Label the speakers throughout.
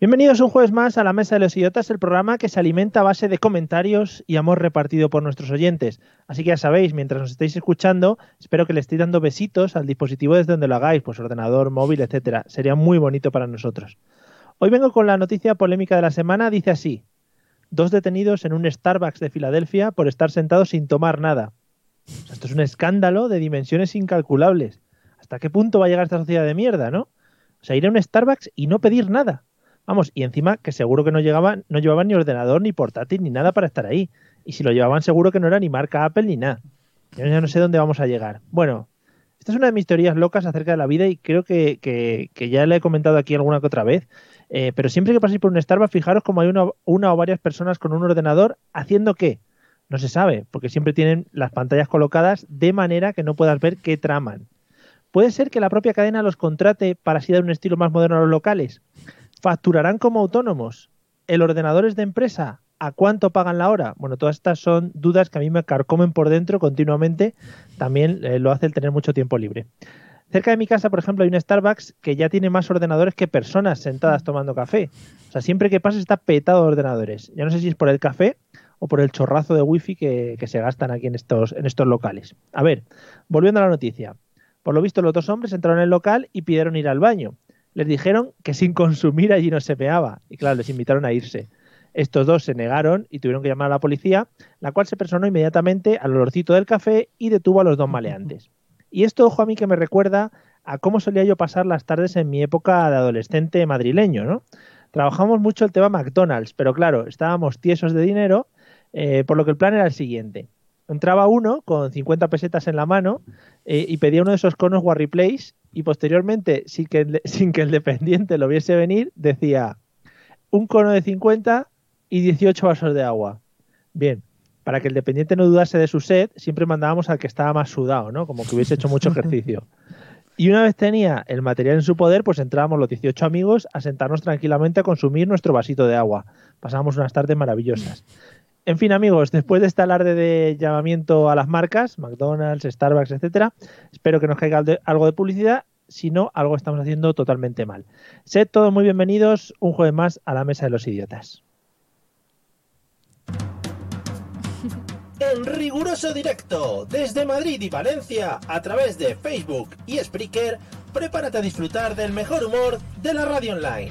Speaker 1: Bienvenidos un jueves más a la Mesa de los Idiotas, el programa que se alimenta a base de comentarios y amor repartido por nuestros oyentes. Así que ya sabéis, mientras nos estéis escuchando, espero que le estéis dando besitos al dispositivo desde donde lo hagáis, pues ordenador, móvil, etcétera. Sería muy bonito para nosotros. Hoy vengo con la noticia polémica de la semana, dice así. Dos detenidos en un Starbucks de Filadelfia por estar sentados sin tomar nada. O sea, esto es un escándalo de dimensiones incalculables. ¿Hasta qué punto va a llegar esta sociedad de mierda, no? O sea, ir a un Starbucks y no pedir nada. Vamos, y encima que seguro que no llegaban, no llevaban ni ordenador, ni portátil, ni nada para estar ahí. Y si lo llevaban, seguro que no era ni marca Apple ni nada. Yo ya no sé dónde vamos a llegar. Bueno, esta es una de mis teorías locas acerca de la vida y creo que, que- que ya la he comentado aquí alguna que otra vez. Eh, pero siempre que paséis por un Starbucks, fijaros como hay una, una o varias personas con un ordenador haciendo qué. No se sabe, porque siempre tienen las pantallas colocadas de manera que no puedas ver qué traman. ¿Puede ser que la propia cadena los contrate para así dar un estilo más moderno a los locales? ¿Facturarán como autónomos? ¿El ordenador es de empresa? ¿A cuánto pagan la hora? Bueno, todas estas son dudas que a mí me carcomen por dentro continuamente. También eh, lo hace el tener mucho tiempo libre. Cerca de mi casa, por ejemplo, hay un Starbucks que ya tiene más ordenadores que personas sentadas tomando café. O sea, siempre que pasa está petado de ordenadores. Ya no sé si es por el café o por el chorrazo de wifi que, que se gastan aquí en estos, en estos locales. A ver, volviendo a la noticia. Por lo visto, los dos hombres entraron en el local y pidieron ir al baño. Les dijeron que sin consumir allí no se meaba. Y claro, les invitaron a irse. Estos dos se negaron y tuvieron que llamar a la policía, la cual se personó inmediatamente al olorcito del café y detuvo a los dos maleantes. Y esto, ojo a mí, que me recuerda a cómo solía yo pasar las tardes en mi época de adolescente madrileño, ¿no? Trabajamos mucho el tema McDonald's, pero claro, estábamos tiesos de dinero, eh, por lo que el plan era el siguiente. Entraba uno con 50 pesetas en la mano eh, y pedía uno de esos conos Warriplays y posteriormente, sin que, el, sin que el dependiente lo viese venir, decía un cono de 50 y 18 vasos de agua. Bien, para que el dependiente no dudase de su sed, siempre mandábamos al que estaba más sudado, ¿no? Como que hubiese hecho mucho ejercicio. Y una vez tenía el material en su poder, pues entrábamos los 18 amigos a sentarnos tranquilamente a consumir nuestro vasito de agua. Pasábamos unas tardes maravillosas. En fin, amigos, después de este alarde de llamamiento a las marcas, McDonald's, Starbucks, etcétera, espero que nos caiga al de- algo de publicidad. Si no, algo estamos haciendo totalmente mal. Sed todos muy bienvenidos un jueves más a la Mesa de los Idiotas.
Speaker 2: En riguroso directo, desde Madrid y Valencia, a través de Facebook y Spreaker, prepárate a disfrutar del mejor humor de la radio online.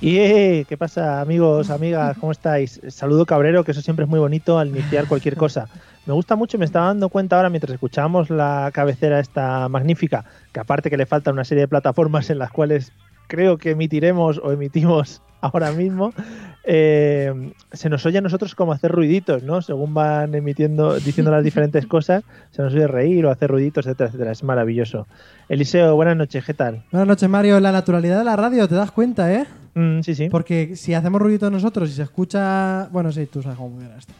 Speaker 1: Y eh, ¿qué pasa, amigos, amigas? ¿Cómo estáis? Saludo Cabrero, que eso siempre es muy bonito al iniciar cualquier cosa. Me gusta mucho y me estaba dando cuenta ahora mientras escuchábamos la cabecera esta magnífica, que aparte que le faltan una serie de plataformas en las cuales creo que emitiremos o emitimos ahora mismo, eh, se nos oye a nosotros como hacer ruiditos, ¿no? Según van emitiendo, diciendo las diferentes cosas, se nos oye reír o hacer ruiditos, etcétera, etcétera. Es maravilloso. Eliseo, buenas noches, ¿qué tal?
Speaker 3: Buenas noches, Mario. La naturalidad de la radio, ¿te das cuenta, eh?
Speaker 1: Mm, sí, sí.
Speaker 3: Porque si hacemos ruidito nosotros y se escucha. Bueno, sí, tú sabes cómo era esto.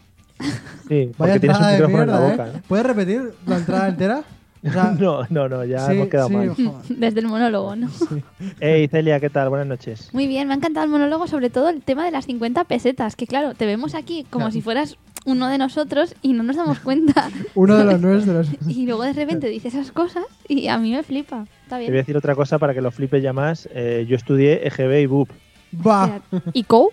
Speaker 1: Sí, porque tienes un
Speaker 3: entrada de
Speaker 1: micrófono en la
Speaker 3: mierda,
Speaker 1: boca,
Speaker 3: ¿eh? ¿Puedes repetir la entrada entera? O sea,
Speaker 1: ¿no? No, no, no, ya
Speaker 3: sí,
Speaker 1: hemos quedado
Speaker 3: sí,
Speaker 1: mal.
Speaker 3: joder.
Speaker 4: Desde el monólogo, ¿no?
Speaker 1: Hey, Celia, ¿qué tal? Buenas noches.
Speaker 4: Muy bien, me ha encantado el monólogo, sobre todo el tema de las 50 pesetas, que claro, te vemos aquí como
Speaker 3: Claro.
Speaker 4: si fueras uno de nosotros y no nos damos cuenta.
Speaker 3: Uno de los nuestros.
Speaker 4: y luego de repente dice esas cosas y a mí me flipa.
Speaker 1: Te voy
Speaker 4: Está
Speaker 1: a
Speaker 4: bien.
Speaker 1: decir otra cosa para que lo flipes ya más. Eh, yo estudié EGB y BUP.
Speaker 3: Va.
Speaker 4: Espera, ¿Y Cow?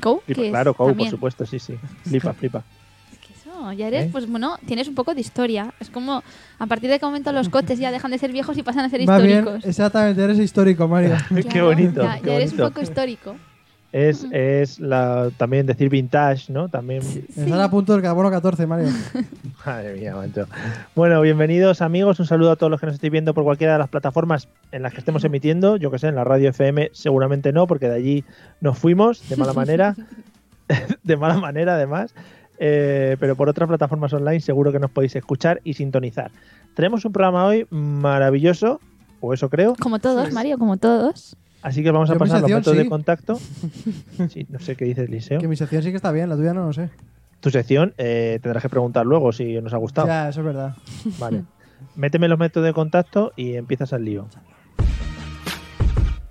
Speaker 4: ¿Cow?
Speaker 1: Flipa,
Speaker 4: ¿Qué es?
Speaker 1: Ah. claro, Cou, por
Speaker 4: También.
Speaker 1: supuesto, sí, sí. Flipa, flipa.
Speaker 4: Es que eso, ya eres,
Speaker 1: ¿Eh?
Speaker 4: pues bueno, tienes un poco de historia. Es como, a partir de qué momento los coches ya dejan de ser viejos y pasan a ser
Speaker 3: Va bien,
Speaker 4: históricos.
Speaker 3: exactamente, eres histórico, Mario.
Speaker 1: qué
Speaker 4: Claro,
Speaker 1: bonito,
Speaker 4: Ya,
Speaker 1: qué
Speaker 4: ya eres un
Speaker 1: bonito.
Speaker 4: poco histórico.
Speaker 1: Es, es la, también decir vintage, ¿no? También.
Speaker 3: Están a punto del carbono 14, Mario.
Speaker 1: Madre mía, macho. Bueno, bienvenidos amigos. Un saludo a todos los que nos estéis viendo por cualquiera de las plataformas en las que estemos emitiendo. Yo que sé, en la radio FM seguramente no, porque de allí nos fuimos de mala manera. de mala manera, además. Eh, pero por otras plataformas online seguro que nos podéis escuchar y sintonizar. Tenemos un programa hoy maravilloso, o eso creo.
Speaker 4: Como todos, Mario, como todos.
Speaker 1: Así que vamos a
Speaker 3: Yo mi
Speaker 1: pasar los
Speaker 3: sección,
Speaker 1: métodos de
Speaker 3: sí.
Speaker 1: contacto. Sí, no sé qué dices, Eliseo.
Speaker 3: Que mi sección sí que está bien, la tuya no lo sé.
Speaker 1: Tu sección eh, tendrás que preguntar luego si nos ha gustado.
Speaker 3: Ya, eso es verdad.
Speaker 1: Vale. Méteme los métodos de contacto y empiezas al lío.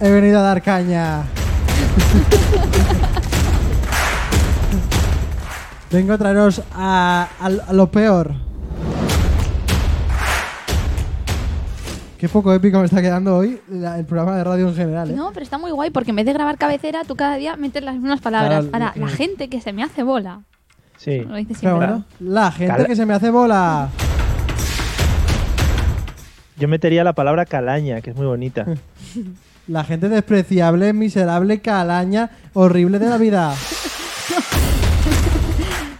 Speaker 3: He venido a dar caña. Vengo a traeros a, a lo- a lo peor. Qué poco épico me está quedando hoy la- el programa de radio en general. ¿eh?
Speaker 4: No, pero está muy guay porque en vez de grabar cabecera, tú cada día metes las mismas palabras.
Speaker 3: Claro,
Speaker 4: Ahora,
Speaker 3: lo
Speaker 4: la
Speaker 3: que-
Speaker 4: gente que se me hace bola.
Speaker 1: Sí.
Speaker 4: Lo dice siempre.
Speaker 3: Claro, ¿no? La gente
Speaker 1: Cala-
Speaker 3: que se me hace bola.
Speaker 1: Yo metería la palabra calaña, que es muy bonita.
Speaker 3: La gente despreciable, miserable, calaña, horrible de la vida.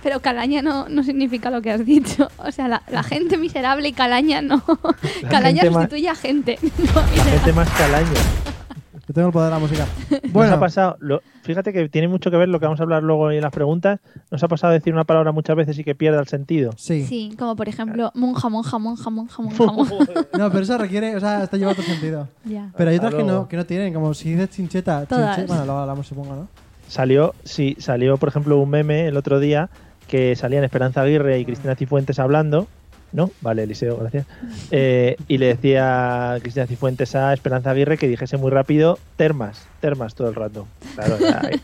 Speaker 4: Pero calaña no, no significa lo que has dicho. O sea, la, la gente miserable y calaña no. calaña
Speaker 1: gente ma-
Speaker 4: sustituye a gente. no
Speaker 1: La
Speaker 4: miserable.
Speaker 1: gente más calaña.
Speaker 3: Yo tengo el poder de la música.
Speaker 1: Bueno, nos
Speaker 3: Bueno,
Speaker 1: ha pasado, lo- fíjate que tiene mucho que ver lo que vamos a hablar luego en las preguntas. Nos ha pasado decir una palabra muchas veces y que pierda el sentido.
Speaker 3: sí.
Speaker 4: Sí, como por ejemplo, monja, monja, monja, monja, monja, monja.
Speaker 3: No, pero eso requiere, o sea, esto lleva otro sentido.
Speaker 4: ya.
Speaker 3: Pero hay otras
Speaker 1: Hasta
Speaker 3: que no,
Speaker 1: luego.
Speaker 3: que no tienen, como si dices chincheta.
Speaker 4: Todas.
Speaker 3: chinche- bueno, lo hablamos, supongo, ¿no?
Speaker 1: Salió, sí, salió, por ejemplo, un meme el otro día que salían Esperanza Aguirre y Cristina Cifuentes hablando. ¿No? Vale, Eliseo, gracias. Eh, y le decía Cristina Cifuentes a Esperanza Aguirre que dijese muy rápido termas, termas todo el rato. Claro, ya, eh.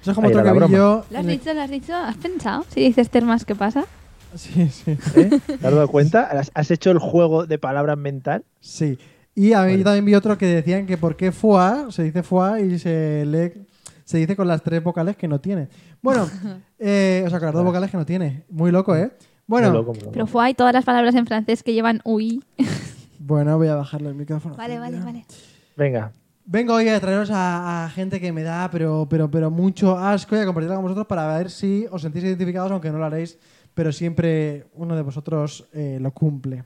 Speaker 3: Eso es como
Speaker 1: Ahí
Speaker 3: otro
Speaker 1: era
Speaker 3: que
Speaker 1: la
Speaker 3: vi
Speaker 1: broma.
Speaker 3: yo.
Speaker 4: ¿Lo has
Speaker 3: en el-
Speaker 4: dicho? ¿Lo has dicho? ¿Has pensado? Si dices termas, ¿qué pasa?
Speaker 3: Sí, sí.
Speaker 1: ¿Eh? ¿Te has dado cuenta? ¿Has- ¿Has hecho el juego de palabras mental?
Speaker 3: Sí. Y a mí también vi otro que decían que por qué foie se dice foie y se lee. Se dice con las tres vocales que no tiene. Bueno, eh, o sea, con las dos vocales que no tiene. Muy loco, ¿eh? Bueno,
Speaker 1: Muy loco, muy loco.
Speaker 4: Pero fue ahí todas las palabras en francés que llevan UI.
Speaker 3: bueno, voy a bajarle el micrófono.
Speaker 4: Vale, vale, vale.
Speaker 1: Venga,
Speaker 3: Vengo hoy a traeros a, a gente que me da, pero, pero, pero mucho asco y a compartirla con vosotros para ver si os sentís identificados, aunque no lo haréis, pero siempre uno de vosotros eh, lo cumple.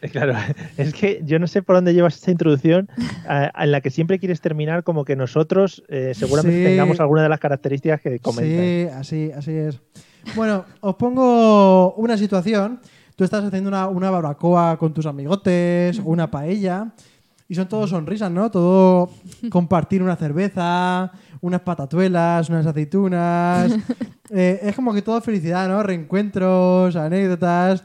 Speaker 1: Eh, Claro, es que yo no sé por dónde llevas esta introducción a- a- en la que siempre quieres terminar como que nosotros eh, seguramente
Speaker 3: Sí.
Speaker 1: tengamos alguna de las características que comentas.
Speaker 3: Sí, así, así es. Bueno, os pongo una situación. Tú estás haciendo una, una barbacoa con tus amigotes, o una paella, y son todos sonrisas, ¿no? Todo compartir una cerveza, unas patatuelas, unas aceitunas. Eh, es como que todo felicidad, ¿no? Reencuentros, anécdotas,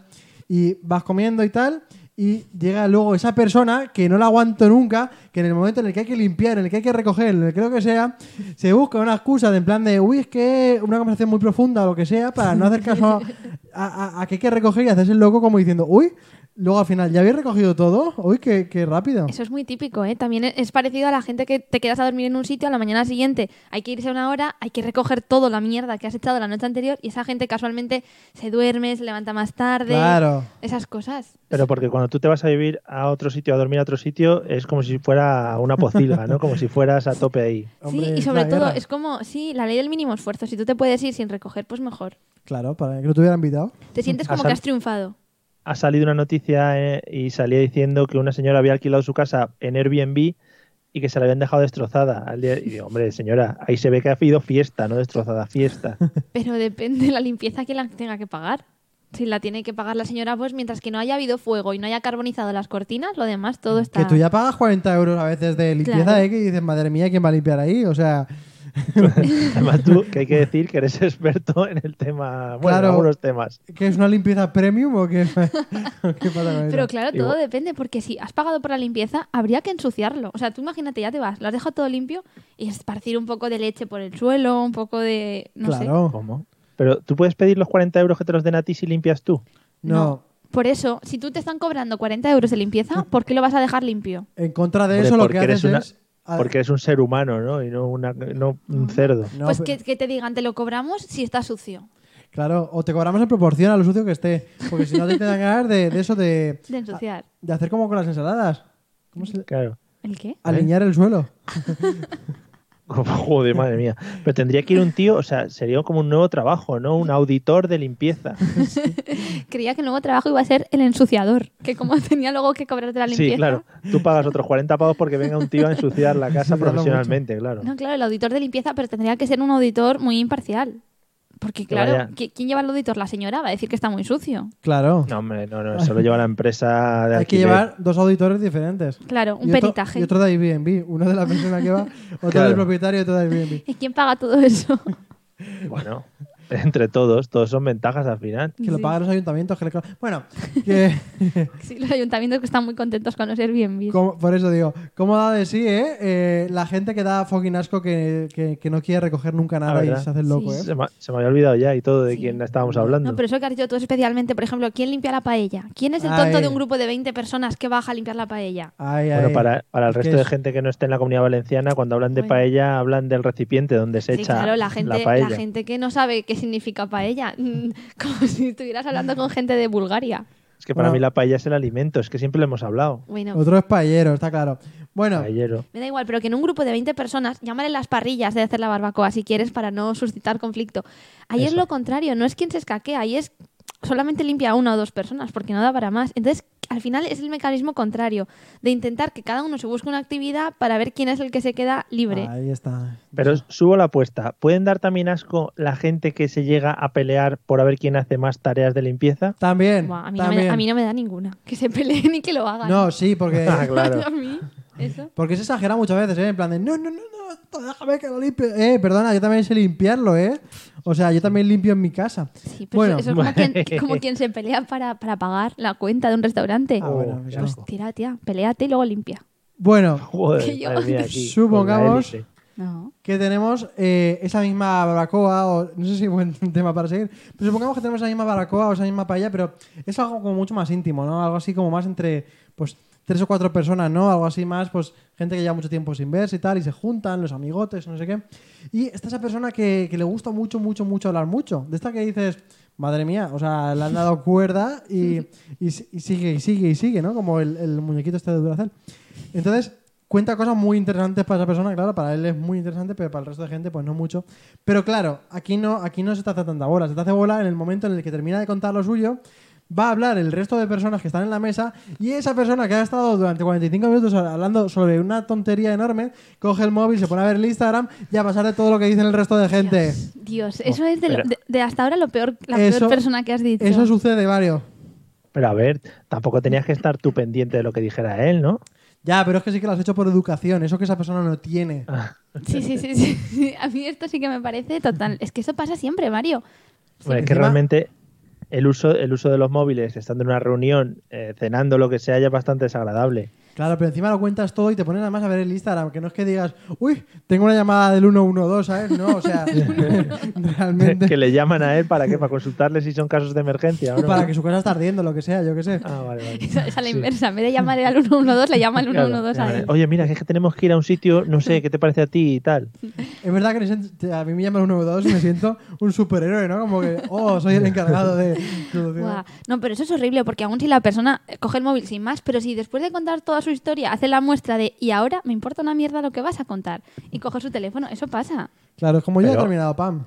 Speaker 3: y vas comiendo y tal. Y llega luego esa persona que no la aguanto nunca, que en el momento en el que hay que limpiar, en el que hay que recoger, en el que lo que sea, se busca una excusa de en plan de, uy, es que una conversación muy profunda o lo que sea, para no hacer caso a, a- a que hay que recoger y hacerse el loco como diciendo, uy, luego al final, ¿ya habéis recogido todo? Uy, qué, qué rápido.
Speaker 4: Eso es muy típico, ¿eh? También es parecido a la gente que te quedas a dormir en un sitio, a la mañana siguiente hay que irse a una hora, hay que recoger todo la mierda que has echado la noche anterior y esa gente casualmente se duerme, se levanta más tarde.
Speaker 3: Claro.
Speaker 4: Esas cosas.
Speaker 1: Pero porque cuando tú te vas a vivir a otro sitio, a dormir a otro sitio, es como si fuera una pocilga, ¿no? Como si fueras a tope ahí.
Speaker 3: Hombre,
Speaker 4: sí, y
Speaker 3: es
Speaker 4: sobre
Speaker 3: la
Speaker 4: todo
Speaker 3: guerra.
Speaker 4: es como, sí, la ley del mínimo esfuerzo. Si tú te puedes ir sin recoger, pues mejor.
Speaker 3: Claro, para que no te hubieran invitado.
Speaker 4: Te sientes como
Speaker 1: Ajá.
Speaker 4: que has triunfado.
Speaker 1: Ha salido una noticia eh, y salía diciendo que una señora había alquilado su casa en Airbnb y que se la habían dejado destrozada. Al día... Y digo, hombre, señora, ahí se ve que ha habido fiesta, no destrozada, fiesta.
Speaker 4: Pero depende de la limpieza que la tenga que pagar. Si la tiene que pagar la señora, pues mientras que no haya habido fuego y no haya carbonizado las cortinas, lo demás todo está...
Speaker 3: Que tú ya pagas 40 euros a veces de limpieza,
Speaker 4: Claro.
Speaker 3: ¿eh? Que dices, madre mía, ¿quién va a limpiar ahí? O sea,
Speaker 1: Además tú, que hay que decir que eres experto en el tema, bueno,
Speaker 3: Claro.
Speaker 1: en algunos temas.
Speaker 3: ¿Qué es una limpieza premium o qué, o qué pasa con
Speaker 4: Pero
Speaker 3: eso?
Speaker 4: claro, todo
Speaker 1: Igual.
Speaker 4: depende, porque si has pagado por la limpieza, habría que ensuciarlo. O sea, tú imagínate, ya te vas, lo has dejado todo limpio y esparcir un poco de leche por el suelo, un poco de. No sé.
Speaker 3: Claro.
Speaker 1: ¿Cómo? Pero tú puedes pedir los 40 euros que te los den a ti si limpias tú.
Speaker 3: No.
Speaker 4: No. Por eso, si tú te están cobrando 40 euros de limpieza, ¿por qué lo vas a dejar limpio?
Speaker 3: En contra de
Speaker 1: Hombre,
Speaker 3: eso, lo
Speaker 1: porque
Speaker 3: que haces
Speaker 1: eres una-
Speaker 3: es. a-
Speaker 1: Porque eres un ser humano, ¿no? Y no, una, no un cerdo.
Speaker 3: No,
Speaker 4: pues
Speaker 3: pe-
Speaker 4: que, que te digan, te lo cobramos si está sucio.
Speaker 3: Claro, o te cobramos en proporción a lo sucio que esté. Porque si no, te dan ganas de, de eso de,
Speaker 4: De ensuciar.
Speaker 3: de hacer como con las ensaladas. ¿Cómo se le-
Speaker 1: Claro.
Speaker 4: ¿El qué?
Speaker 3: Alinear el suelo.
Speaker 1: Como, Joder, madre mía. Pero tendría que ir un tío, o sea, sería como un nuevo trabajo, ¿no? Un auditor de limpieza.
Speaker 4: Creía que el nuevo trabajo iba a ser el ensuciador, que como tenía luego que cobrarte la limpieza.
Speaker 1: Sí, claro. Tú pagas otros 40 pavos porque venga un tío a ensuciar la casa
Speaker 3: Ensuciarlo
Speaker 1: profesionalmente, claro.
Speaker 4: No, claro, el auditor de limpieza, pero tendría que ser un auditor muy imparcial. Porque,
Speaker 1: Que
Speaker 4: claro,
Speaker 1: vaya.
Speaker 4: ¿qui- ¿quién lleva el auditor? La señora va a decir que está muy sucio.
Speaker 3: Claro.
Speaker 1: No, hombre, no, no. Eso lo lleva la empresa de
Speaker 3: Hay que
Speaker 1: alquiler.
Speaker 3: llevar dos auditores diferentes.
Speaker 4: Claro, un
Speaker 3: Y otro-
Speaker 4: peritaje.
Speaker 3: Y otro de Airbnb. Uno de la persona que va, otro
Speaker 1: Claro.
Speaker 3: del propietario y otro de Airbnb.
Speaker 4: ¿Y quién paga todo eso?
Speaker 1: Bueno, entre todos, todos son ventajas al final.
Speaker 3: Que lo
Speaker 4: Sí.
Speaker 3: pagan los ayuntamientos. Que le co- Bueno, que,
Speaker 4: Sí, los ayuntamientos que están muy contentos con los Airbnb.
Speaker 3: como- por eso digo, ¿cómo da de sí, eh? Eh, la gente que da fucking asco que, que- que no quiere recoger nunca nada y
Speaker 1: Ah, verdad.
Speaker 3: se hace el loco,
Speaker 4: Sí.
Speaker 3: ¿eh?
Speaker 1: Se me, se me había olvidado ya y todo de
Speaker 4: Sí.
Speaker 1: quién estábamos hablando.
Speaker 4: No, pero eso que has dicho tú especialmente, por ejemplo, ¿quién limpia la paella? ¿Quién es el
Speaker 3: Ah,
Speaker 4: tonto
Speaker 3: eh.
Speaker 4: de un grupo de 20 personas que baja a limpiar la paella?
Speaker 3: Ay,
Speaker 1: Bueno,
Speaker 3: ay.
Speaker 1: para, para el
Speaker 3: ¿Qué
Speaker 1: resto de
Speaker 3: eh, es?
Speaker 1: gente que no esté en la comunidad valenciana, cuando hablan de
Speaker 4: Bueno.
Speaker 1: paella, hablan del recipiente donde se
Speaker 4: sí,
Speaker 1: echa
Speaker 4: claro, la gente, la,
Speaker 1: paella.
Speaker 4: gente que no sabe qué significa paella. Mm, Como si estuvieras hablando con gente de Bulgaria.
Speaker 1: Es que para
Speaker 3: Bueno.
Speaker 1: mí la paella es el alimento, es que siempre lo hemos hablado.
Speaker 4: Bueno,
Speaker 3: Otro es paellero, está claro. Bueno,
Speaker 1: Paellero.
Speaker 4: me da igual, pero que en un grupo de 20 personas, llámale las parrillas de hacer la barbacoa si quieres para no suscitar conflicto. Ahí es
Speaker 1: Eso.
Speaker 4: lo contrario, no es quien se escaquea, ahí es solamente limpia a una o dos personas porque no da para más. Entonces, al final es el mecanismo contrario, de intentar que cada uno se busque una actividad para ver quién es el que se queda libre.
Speaker 3: ahí está.
Speaker 1: Pero subo la apuesta. ¿Pueden dar también asco la gente que se llega a pelear por a ver quién hace más tareas de limpieza?
Speaker 3: También.
Speaker 4: Buah, a, mí no me,
Speaker 3: también.
Speaker 4: da- a mí no me da ninguna. Que se peleen y que lo hagan.
Speaker 3: No, sí, porque,
Speaker 1: Ah, claro.
Speaker 4: A mí, eso.
Speaker 3: porque se exagera muchas veces, ¿eh? En plan de, no, no, no, no, esto déjame que lo limpie. Eh, perdona, yo también sé limpiarlo, ¿eh? O sea, yo también limpio en mi casa.
Speaker 4: Sí, pero
Speaker 3: bueno,
Speaker 4: eso es como quien, como quien se pelea para, para pagar la cuenta de un restaurante. Pues
Speaker 3: Ah, bueno,
Speaker 1: qué
Speaker 3: eso.
Speaker 1: asco.
Speaker 4: Tira, tía, peleate y luego limpia.
Speaker 3: bueno,
Speaker 1: Joder,
Speaker 4: Que yo-
Speaker 1: madre mía, aquí,
Speaker 3: Supongamos-
Speaker 1: con la élite.
Speaker 4: No.
Speaker 3: que tenemos eh, esa misma barbacoa, o no sé si buen tema para seguir, pero supongamos que tenemos esa misma barbacoa o esa misma paella, pero es algo como mucho más íntimo, ¿no? Algo así como más entre, pues, tres o cuatro personas, ¿no? Algo así más, pues, gente que lleva mucho tiempo sin verse y tal, y se juntan, los amigotes, no sé qué. Y está esa persona que, que le gusta mucho, mucho, mucho hablar mucho. De esta que dices, madre mía, o sea, le han dado cuerda y, y si- y sigue, y sigue, y sigue, ¿no? Como el, el muñequito este de Duracell. Entonces, cuenta cosas muy interesantes para esa persona, claro, para él es muy interesante, pero para el resto de gente, pues no mucho. Pero claro, aquí no, aquí no se te hace tanta bola, se te hace bola en el momento en el que termina de contar lo suyo, va a hablar el resto de personas que están en la mesa y esa persona que ha estado durante 45 minutos hablando sobre una tontería enorme, coge el móvil, se pone a ver el Instagram y a pasar de todo lo que dicen el resto de gente.
Speaker 4: Dios,
Speaker 1: Oh,
Speaker 4: eso es de, lo-
Speaker 1: pero-
Speaker 4: de- de hasta ahora lo peor, la
Speaker 3: Eso-
Speaker 4: peor persona que has dicho.
Speaker 3: Eso sucede, varios.
Speaker 1: Pero a ver, tampoco tenías que estar tú pendiente de lo que dijera él, ¿no?
Speaker 3: Ya, pero es que sí que lo has hecho por educación, eso que esa persona no tiene.
Speaker 4: Sí, sí, sí, sí, sí. A mí esto sí que me parece total. Es que eso pasa siempre, Mario.
Speaker 1: Bueno, es que
Speaker 3: encima-
Speaker 1: realmente el uso, el uso de los móviles, estando en una reunión, eh, cenando, lo que sea, ya es bastante desagradable.
Speaker 3: Claro, pero encima lo cuentas todo y te ponen además a ver el Instagram, que no es que digas, uy, tengo una llamada del 112, ¿sabes? No, o sea, realmente
Speaker 1: que le llaman a él para qué, para consultarle si son casos de emergencia o no.
Speaker 3: para que su casa está ardiendo, lo que sea, yo qué sé.
Speaker 1: Ah, vale, vale.
Speaker 4: Esa es a la
Speaker 1: Sí.
Speaker 4: inversa. En vez de llamarle al 112, le llama al
Speaker 1: Claro,
Speaker 4: 112 a
Speaker 1: vale.
Speaker 4: él.
Speaker 1: Oye, mira, que es que tenemos que ir a un sitio, no sé, ¿qué te parece a ti y tal?
Speaker 3: Es verdad que me siento- a mí me llaman el 112 y me siento un superhéroe, ¿no? Como que, oh, soy el encargado de...
Speaker 4: Buah. No, pero eso es horrible porque aún si la persona coge el móvil sin más, pero si después de contar toda su historia hace la muestra de y ahora me importa una mierda lo que vas a contar y coge su teléfono, eso pasa.
Speaker 3: Claro, es como yo he
Speaker 1: Pero-
Speaker 3: terminado, pam.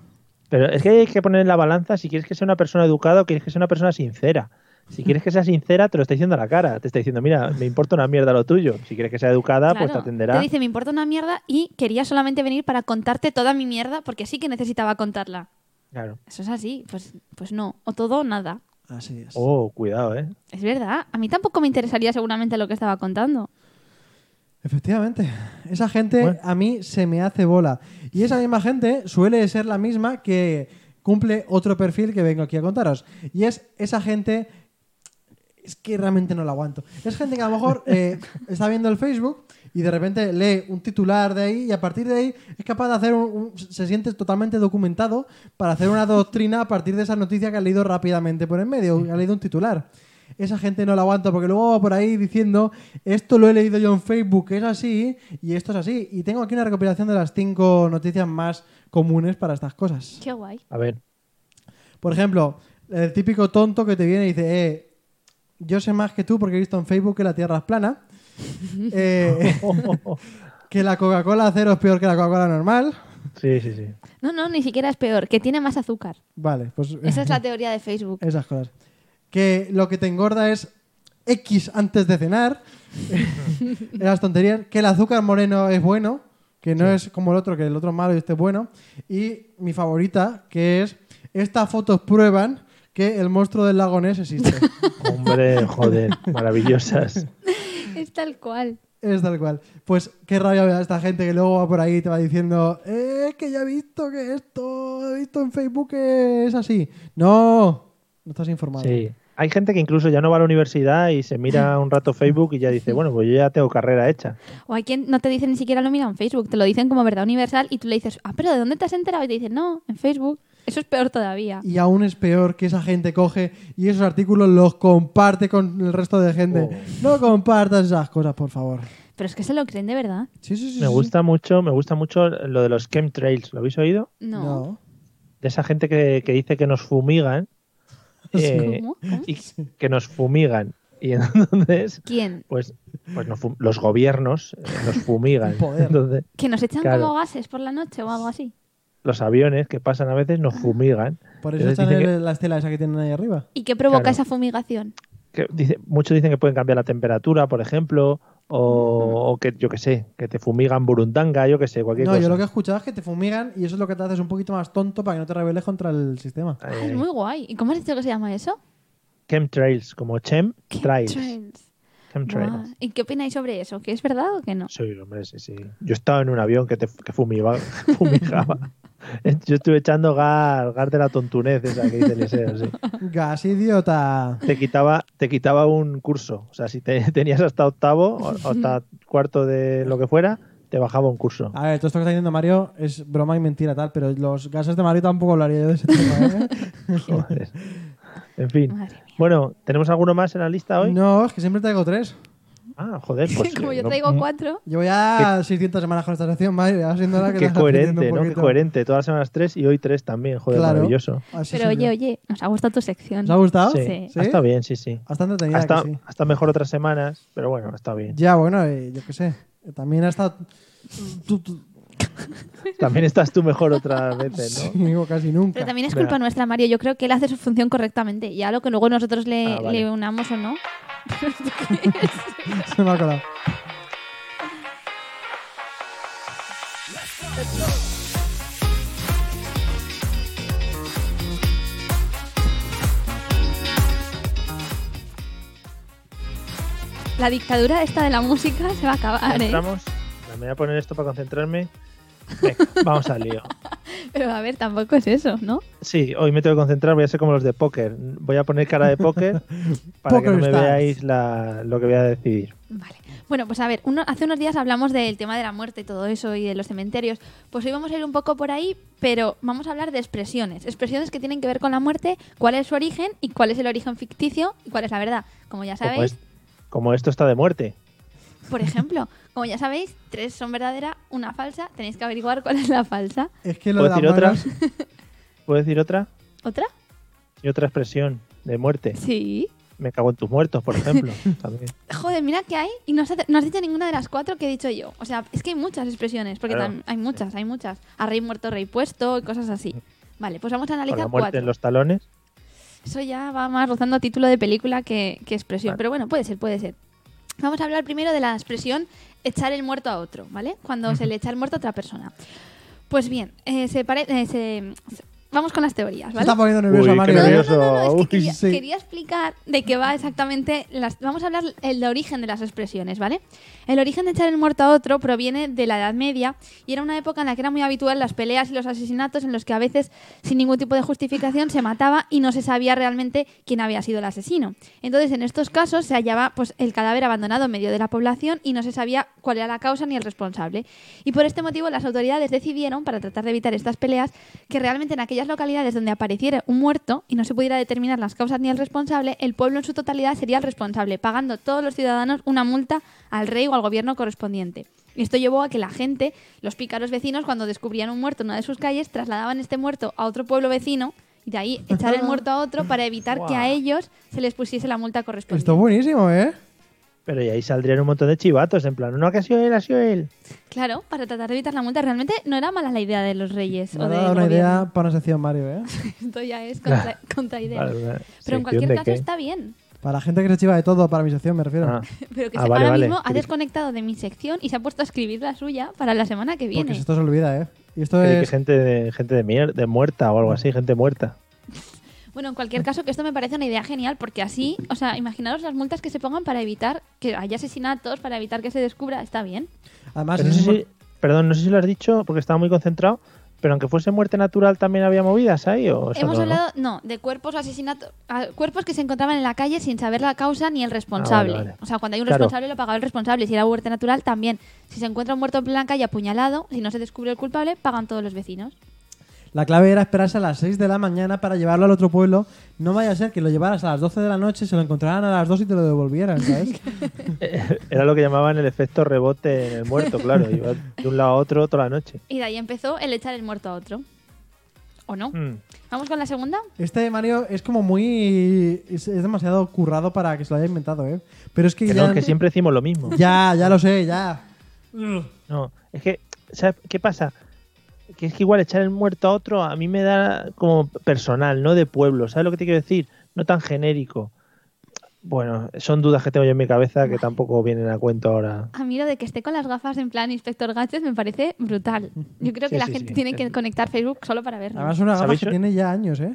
Speaker 1: Pero es que hay que poner en la balanza si quieres que sea una persona educada o quieres que sea una persona sincera. Si
Speaker 4: Mm.
Speaker 1: quieres que sea sincera, te lo está diciendo a la cara. Te está diciendo, mira, me importa una mierda lo tuyo. Si quieres que sea educada, pues te
Speaker 4: Claro,
Speaker 1: atenderá.
Speaker 4: dice, me importa una mierda y quería solamente venir para contarte toda mi mierda porque sí que necesitaba contarla.
Speaker 1: Claro.
Speaker 4: Eso es así, pues, pues no. O todo o nada.
Speaker 3: Así es.
Speaker 1: Oh, cuidado, ¿eh?
Speaker 4: Es verdad. A mí tampoco me interesaría seguramente lo que estaba contando.
Speaker 3: Efectivamente. Esa gente
Speaker 1: Bueno.
Speaker 3: a mí se me hace bola. Y esa misma gente suele ser la misma que cumple otro perfil que vengo aquí a contaros. Y es esa gente... Es que realmente no la aguanto. Es gente que a lo mejor eh, está viendo el Facebook y de repente lee un titular de ahí y a partir de ahí es capaz de hacer un, un- Se siente totalmente documentado para hacer una doctrina a partir de esa noticia que ha leído rápidamente por en medio, que ha leído un titular. Esa gente no la aguanta porque luego va por ahí diciendo esto lo he leído yo en Facebook, es así y esto es así. Y tengo aquí una recopilación de las cinco noticias más comunes para estas cosas.
Speaker 4: Qué guay.
Speaker 1: A ver.
Speaker 3: Por ejemplo, el típico tonto que te viene y dice, eh, yo sé más que tú porque he visto en Facebook que la Tierra es plana, eh, que la Coca-Cola cero es peor que la Coca-Cola normal.
Speaker 1: Sí, sí, sí.
Speaker 4: No, no, ni siquiera es peor, que tiene más azúcar.
Speaker 3: Vale, pues
Speaker 4: Esa es la teoría de Facebook.
Speaker 3: esas cosas. Que lo que te engorda es X antes de cenar. Las tonterías. Que el azúcar moreno es bueno. Que no es como el otro, que el otro es malo y este es bueno. Y mi favorita, que es estas fotos prueban que el monstruo del lago Ness existe.
Speaker 1: Hombre, joder, maravillosas.
Speaker 4: Es tal cual.
Speaker 3: Es tal cual. Pues qué rabia me da esta gente que luego va por ahí y te va diciendo, eh, es que ya he visto que esto, he visto en Facebook que es así. No, no estás informado.
Speaker 1: Sí. Hay gente que incluso ya no va a la universidad y se mira un rato Facebook y ya dice, bueno, pues yo ya tengo carrera hecha.
Speaker 4: O hay quien no te dicen ni siquiera lo mira en Facebook, te lo dicen como verdad universal y tú le dices, ah, pero ¿de dónde te has enterado? Y te dicen, no, en Facebook. Eso es peor todavía.
Speaker 3: Y aún es peor que esa gente coge y esos artículos los comparte con el resto de gente.
Speaker 1: Oh.
Speaker 3: No compartas esas cosas, por favor.
Speaker 4: Pero es que se lo creen de verdad.
Speaker 3: Sí, sí, sí.
Speaker 1: Me
Speaker 3: sí.
Speaker 1: gusta mucho, me gusta mucho lo de los chemtrails. ¿Lo habéis oído?
Speaker 4: No.
Speaker 3: No.
Speaker 1: De esa gente que, que dice que nos fumigan. eh,
Speaker 4: ¿Cómo? ¿Cómo?
Speaker 1: y que nos fumigan. ¿Y entonces?
Speaker 4: ¿Quién?
Speaker 1: Pues, pues nos fum- los gobiernos eh, nos fumigan.
Speaker 3: Poder.
Speaker 1: Entonces,
Speaker 4: ¿Que nos echan
Speaker 1: Claro.
Speaker 4: como gases por la noche o algo así?
Speaker 1: los aviones que pasan a veces nos fumigan.
Speaker 3: Por eso
Speaker 1: Entonces
Speaker 3: están
Speaker 1: dicen que-
Speaker 3: la estela esa que tienen ahí arriba.
Speaker 4: ¿Y qué provoca
Speaker 1: Claro.
Speaker 4: esa fumigación?
Speaker 1: que dice- muchos dicen que pueden cambiar la temperatura, por ejemplo, o, o que yo que sé, que te fumigan burundanga, yo que sé, cualquier
Speaker 3: No,
Speaker 1: cosa.
Speaker 3: yo lo que he escuchado es que te fumigan y eso es lo que te haces un poquito más tonto para que no te rebeles contra el sistema.
Speaker 4: Ah,
Speaker 1: Eh,
Speaker 4: es muy guay. ¿Y cómo has dicho que se llama eso?
Speaker 1: Chemtrails, como chem trails.
Speaker 4: Chemtrails.
Speaker 1: Chemtrails.
Speaker 4: Buah. Ah, ¿Y qué opináis sobre eso? ¿Que es verdad o que no?
Speaker 1: Sí, hombre, sí, sí. Yo estaba en un avión que te que fumigaba. fumigaba. Yo estuve echando gas, gas de la tontunez esa que dice Eliseo, sí.
Speaker 3: Gas idiota.
Speaker 1: Te quitaba, te quitaba un curso. O sea, si te- tenías hasta octavo o o hasta cuarto de lo que fuera, te bajaba un curso.
Speaker 4: Ah,
Speaker 3: A ver, todo esto que está diciendo Mario es broma y mentira tal, pero los gases de Mario tampoco hablaría yo de ese ¿eh? tema.
Speaker 1: Joder. En fin.
Speaker 4: Madre mía.
Speaker 1: Bueno, ¿tenemos alguno más en la lista
Speaker 3: ¿eh?
Speaker 1: hoy?
Speaker 3: No, es que siempre traigo tres.
Speaker 1: Ah, joder, pues.
Speaker 4: como
Speaker 1: eh,
Speaker 4: yo
Speaker 1: no-
Speaker 4: traigo cuatro,
Speaker 3: Llevo ya 600 semanas con esta sección, Mario, ya va siendo hora que
Speaker 1: Qué
Speaker 3: la estás
Speaker 1: coherente,
Speaker 3: haciendo
Speaker 1: ¿no?
Speaker 3: un
Speaker 1: Qué
Speaker 3: poquito.
Speaker 1: coherente. Todas las semanas tres y hoy tres también, joder,
Speaker 3: Claro.
Speaker 1: maravilloso.
Speaker 3: Así
Speaker 4: pero
Speaker 3: soy
Speaker 4: oye,
Speaker 3: yo.
Speaker 4: oye, nos ha gustado tu sección.
Speaker 3: ¿Os ha gustado?
Speaker 1: Sí.
Speaker 4: ¿Ah? Sí.
Speaker 1: Ha estado bien, sí, sí.
Speaker 3: Hasta entretenida,
Speaker 1: Ha estado,
Speaker 3: que sí.
Speaker 1: ha estado mejor otras semanas, pero bueno, ha estado bien.
Speaker 3: Ya, bueno, eh, yo qué sé. También ha estado... tú- tú-
Speaker 1: También estás tú mejor otras veces, ¿no?
Speaker 3: sí, digo, casi nunca.
Speaker 4: Pero también es
Speaker 1: Venga.
Speaker 4: culpa nuestra, Mario. Yo creo que él hace su función correctamente. Ya lo que luego nosotros le,
Speaker 1: Ah, vale.
Speaker 4: le unamos o no.
Speaker 3: Se me ha colado.
Speaker 4: La dictadura esta de la música se va a acabar, ¿eh?
Speaker 1: Entramos. Me voy a poner esto para concentrarme. Venga, vamos al lío.
Speaker 4: Pero a ver, tampoco es eso, ¿no?
Speaker 1: Sí, hoy me tengo que concentrar, voy a ser como los de póker. Voy a poner cara de póker para que
Speaker 3: Poker
Speaker 1: no me
Speaker 3: stars.
Speaker 1: veáis la- lo que voy a decidir.
Speaker 4: Vale. Bueno, pues a ver, uno- hace unos días hablamos del tema de la muerte y todo eso y de los cementerios. Pues hoy vamos a ir un poco por ahí, pero vamos a hablar de expresiones. Expresiones que tienen que ver con la muerte, cuál es su origen y cuál es el origen ficticio y cuál es la verdad. Como ya
Speaker 1: Como,
Speaker 4: sabéis,
Speaker 1: es- como esto está de muerte.
Speaker 4: por ejemplo, como ya sabéis, tres son verdaderas, una falsa. Tenéis que averiguar cuál es la falsa.
Speaker 3: Es que lo
Speaker 1: ¿Puedo
Speaker 3: de las
Speaker 1: decir otra?
Speaker 3: manos...
Speaker 1: ¿Puedo decir otra?
Speaker 4: ¿Otra?
Speaker 1: Y otra expresión de muerte.
Speaker 4: Sí.
Speaker 1: Me cago en tus muertos, por ejemplo. también.
Speaker 4: Joder, mira que hay y no has, no has dicho ninguna de las cuatro que he dicho yo. O sea, es que hay muchas expresiones, porque
Speaker 1: Claro.
Speaker 4: tam- hay muchas, hay muchas. A rey muerto, rey puesto y cosas así. Vale, pues vamos a
Speaker 1: Con la
Speaker 4: analizar
Speaker 1: muerte
Speaker 4: cuatro.
Speaker 1: en los talones.
Speaker 4: Eso ya va más rozando título de película que, que expresión.
Speaker 1: Vale.
Speaker 4: Pero bueno, puede ser, puede ser. Vamos a hablar primero de la expresión echar el muerto a otro, ¿vale? Cuando se le echa el muerto a otra persona. Pues bien, eh, se pare- eh, se- vamos con las teorías,
Speaker 3: Se
Speaker 4: ¿vale?
Speaker 3: está poniendo nervioso
Speaker 1: Uy,
Speaker 3: Mario. ¿eh?
Speaker 1: qué
Speaker 4: No, no,
Speaker 1: nervioso.
Speaker 4: no, no, es que
Speaker 1: Uy,
Speaker 4: quería,
Speaker 3: sí.
Speaker 4: quería explicar de qué va exactamente. Las, vamos a hablar el de origen de las expresiones, ¿vale? El origen de echar el muerto a otro proviene de la Edad Media y era una época en la que era muy habitual las peleas y los asesinatos en los que a veces, sin ningún tipo de justificación, se mataba y no se sabía realmente quién había sido el asesino. Entonces, en estos casos se hallaba pues, el cadáver abandonado en medio de la población y no se sabía cuál era la causa ni el responsable. Y por este motivo, las autoridades decidieron, para tratar de evitar estas peleas, que realmente en aquellas localidades donde apareciera un muerto y no se pudiera determinar las causas ni el responsable, el pueblo en su totalidad sería el responsable, pagando todos los ciudadanos una multa al rey o al gobierno correspondiente. Y esto llevó a que la gente, los pícaros vecinos, cuando descubrían un muerto en una de sus calles, trasladaban este muerto a otro pueblo vecino y de ahí echar el muerto a otro para evitar que a ellos se les pusiese la multa correspondiente.
Speaker 3: Esto es buenísimo, ¿eh?
Speaker 1: Pero y ahí saldrían un montón de chivatos, en plan, no, que ha sido él, ha sido él.
Speaker 4: Claro, para tratar de evitar la multa. Realmente no era mala la idea de los reyes
Speaker 3: Me
Speaker 4: o
Speaker 3: ha
Speaker 4: del
Speaker 3: dado una
Speaker 4: gobierno.
Speaker 3: idea para una sección, Mario, ¿eh?
Speaker 4: Esto ya es contra, contra idea.
Speaker 1: Vale, una
Speaker 4: Pero en
Speaker 1: sección
Speaker 4: cualquier
Speaker 1: de
Speaker 4: caso
Speaker 1: qué.
Speaker 4: está bien.
Speaker 3: Para la gente que se chiva de todo, para mi sección me refiero.
Speaker 1: Ah,
Speaker 4: Pero que
Speaker 1: Ah,
Speaker 4: se-
Speaker 1: vale,
Speaker 4: ahora
Speaker 1: vale.
Speaker 4: mismo ha desconectado de mi sección y se ha puesto a escribir la suya para la semana que
Speaker 3: porque
Speaker 4: viene.
Speaker 3: esto se olvida, ¿eh? Y esto
Speaker 1: creí que
Speaker 3: es...
Speaker 1: gente de, gente de mierda, de muerta o algo así, gente muerta.
Speaker 4: Bueno, en cualquier caso, que esto me parece una idea genial porque así, o sea, imaginaros las multas que se pongan para evitar que haya asesinatos, para evitar que se descubra. Está bien.
Speaker 3: Además,
Speaker 1: Pero no
Speaker 3: es
Speaker 1: sé
Speaker 3: un-
Speaker 1: si- perdón, no sé si lo has dicho porque estaba muy concentrado, pero aunque fuese muerte natural también había movidas ahí o eso
Speaker 4: Hemos
Speaker 1: no, ¿no?
Speaker 4: hablado, no, de cuerpos asesinatos, a- cuerpos que se encontraban en la calle sin saber la causa ni el responsable.
Speaker 1: Ah, vale.
Speaker 4: O sea, cuando hay un
Speaker 1: Claro.
Speaker 4: responsable lo pagaba el responsable. Si era muerte natural, también. Si se encuentra un muerto en blanca y apuñalado, si no se descubre el culpable, pagan todos los vecinos.
Speaker 3: La clave era esperarse a las 6 de la mañana para llevarlo al otro pueblo. No vaya a ser que lo llevaras a las 12 de la noche, se lo encontraran a las 2 y te lo devolvieran, ¿sabes?
Speaker 1: Era lo que llamaban el efecto rebote en el muerto, claro. Iba de un lado a otro toda la noche.
Speaker 4: Y de ahí empezó el echar el muerto a otro. ¿O no?
Speaker 1: Mm.
Speaker 4: ¿Vamos con la segunda?
Speaker 3: Este Mario es como muy... Es, es demasiado currado para que se lo haya inventado, ¿eh? Pero es que,
Speaker 1: Que
Speaker 3: ya...
Speaker 1: no, que siempre decimos lo mismo.
Speaker 3: Ya, ya lo sé, ya.
Speaker 1: No, es que, ¿sabes qué pasa? Que es que igual echar el muerto a otro a mí me da como personal, no de pueblo. ¿Sabes lo que te quiero decir? No tan genérico. Bueno, son dudas que tengo yo en mi cabeza que tampoco vienen a cuento ahora.
Speaker 4: A mí lo de que esté con las gafas en plan Inspector Gadget me parece brutal. Yo creo
Speaker 1: Sí,
Speaker 4: que la
Speaker 1: sí,
Speaker 4: gente
Speaker 1: sí.
Speaker 4: tiene que conectar Facebook solo para verlo.
Speaker 3: Además son unas gafas
Speaker 1: ¿Sabéis
Speaker 3: que
Speaker 1: eso?
Speaker 3: tiene ya años, ¿eh?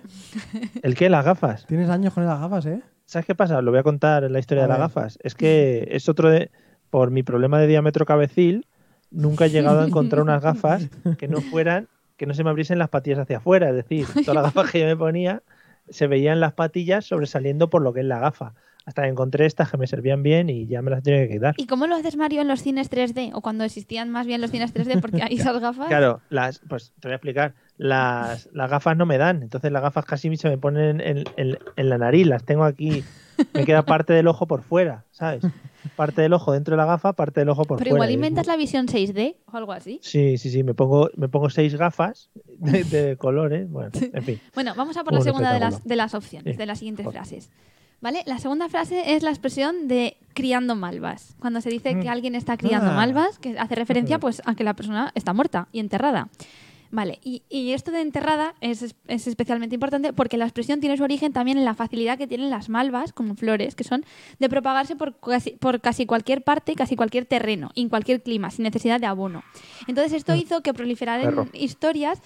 Speaker 1: ¿El qué? Las gafas.
Speaker 3: Tienes años con las gafas, ¿eh?
Speaker 1: ¿Sabes qué pasa? Lo voy a contar en la historia
Speaker 3: A
Speaker 1: de las
Speaker 3: ver.
Speaker 1: gafas. Es que es otro de. Por mi problema de diámetro cabecil, nunca he llegado a encontrar unas gafas que no fueran. que no se me abriesen las patillas hacia afuera. Es decir, todas las gafas que yo me ponía se veían las patillas sobresaliendo por lo que es la gafa. Hasta que encontré estas que me servían bien y ya me las tenía que quitar.
Speaker 4: ¿Y cómo lo haces, Mario, en los cines 3D? O cuando existían más bien los cines 3D, porque hay esas gafas.
Speaker 1: Claro, las, pues te voy a explicar. Las, las gafas no me dan, entonces las gafas casi se me ponen en, en- en la nariz, las tengo aquí. Me queda parte del ojo por fuera, ¿sabes? Parte del ojo dentro de la gafa, parte del ojo por fuera.
Speaker 4: Pero
Speaker 1: ¿eh?
Speaker 4: igual
Speaker 1: Y-
Speaker 4: inventas la visión 6D o algo así.
Speaker 1: Sí, sí, sí, me pongo, me pongo seis gafas de, de colores, bueno, en fin.
Speaker 4: Bueno, vamos a por la
Speaker 1: Un
Speaker 4: segunda de las,
Speaker 1: espectáculo.
Speaker 4: de las opciones,
Speaker 1: Sí.
Speaker 4: de las siguientes
Speaker 1: Joder.
Speaker 4: frases. ¿Vale? La segunda frase es la expresión de criando malvas. Cuando se dice
Speaker 1: Mm.
Speaker 4: que alguien está criando
Speaker 3: Ah.
Speaker 4: malvas, que hace referencia pues a que la persona está muerta y enterrada. Vale, y, y esto de enterrada es, es- es especialmente importante porque la expresión tiene su origen también en la facilidad que tienen las malvas, como flores, que son de propagarse por casi, por casi cualquier parte, casi cualquier terreno, y en cualquier clima, sin necesidad de abono. Entonces esto hizo que proliferaran
Speaker 1: Mm. Perro.
Speaker 4: historias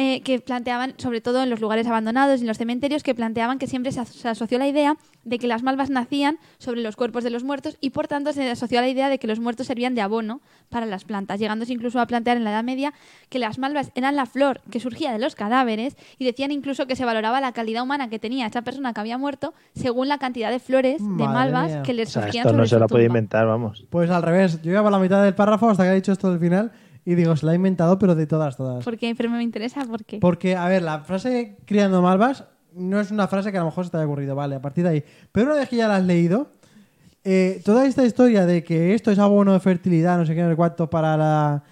Speaker 4: eh, que planteaban, sobre todo en los lugares abandonados, en los cementerios, que planteaban que siempre se, as- se asoció la idea de que las malvas nacían sobre los cuerpos de los muertos y por tanto se asoció a la idea de que los muertos servían de abono para las plantas, llegándose incluso a plantear en la Edad Media que las malvas eran la flor que surgía de los cadáveres y decían incluso que se valoraba la calidad humana que tenía esa persona que había muerto según la cantidad de flores de
Speaker 3: Madre
Speaker 4: malvas
Speaker 3: mía.
Speaker 4: que
Speaker 1: O
Speaker 4: les
Speaker 1: sea,
Speaker 4: surgían
Speaker 1: esto no
Speaker 4: sobre
Speaker 1: se
Speaker 4: su
Speaker 1: lo podía
Speaker 4: tumba.
Speaker 1: inventar, vamos.
Speaker 3: Pues al revés, yo iba por la mitad del párrafo hasta que ha dicho esto del final y digo, se la ha inventado, pero de todas, todas.
Speaker 4: Porque pero me interesa porque
Speaker 3: Porque, a ver, la frase criando malvas no es una frase que a lo mejor se te haya ocurrido, vale, a partir de ahí. Pero una vez que ya la has leído, eh, toda esta historia de que esto es abono de fertilidad, no sé qué, no sé cuánto, para la.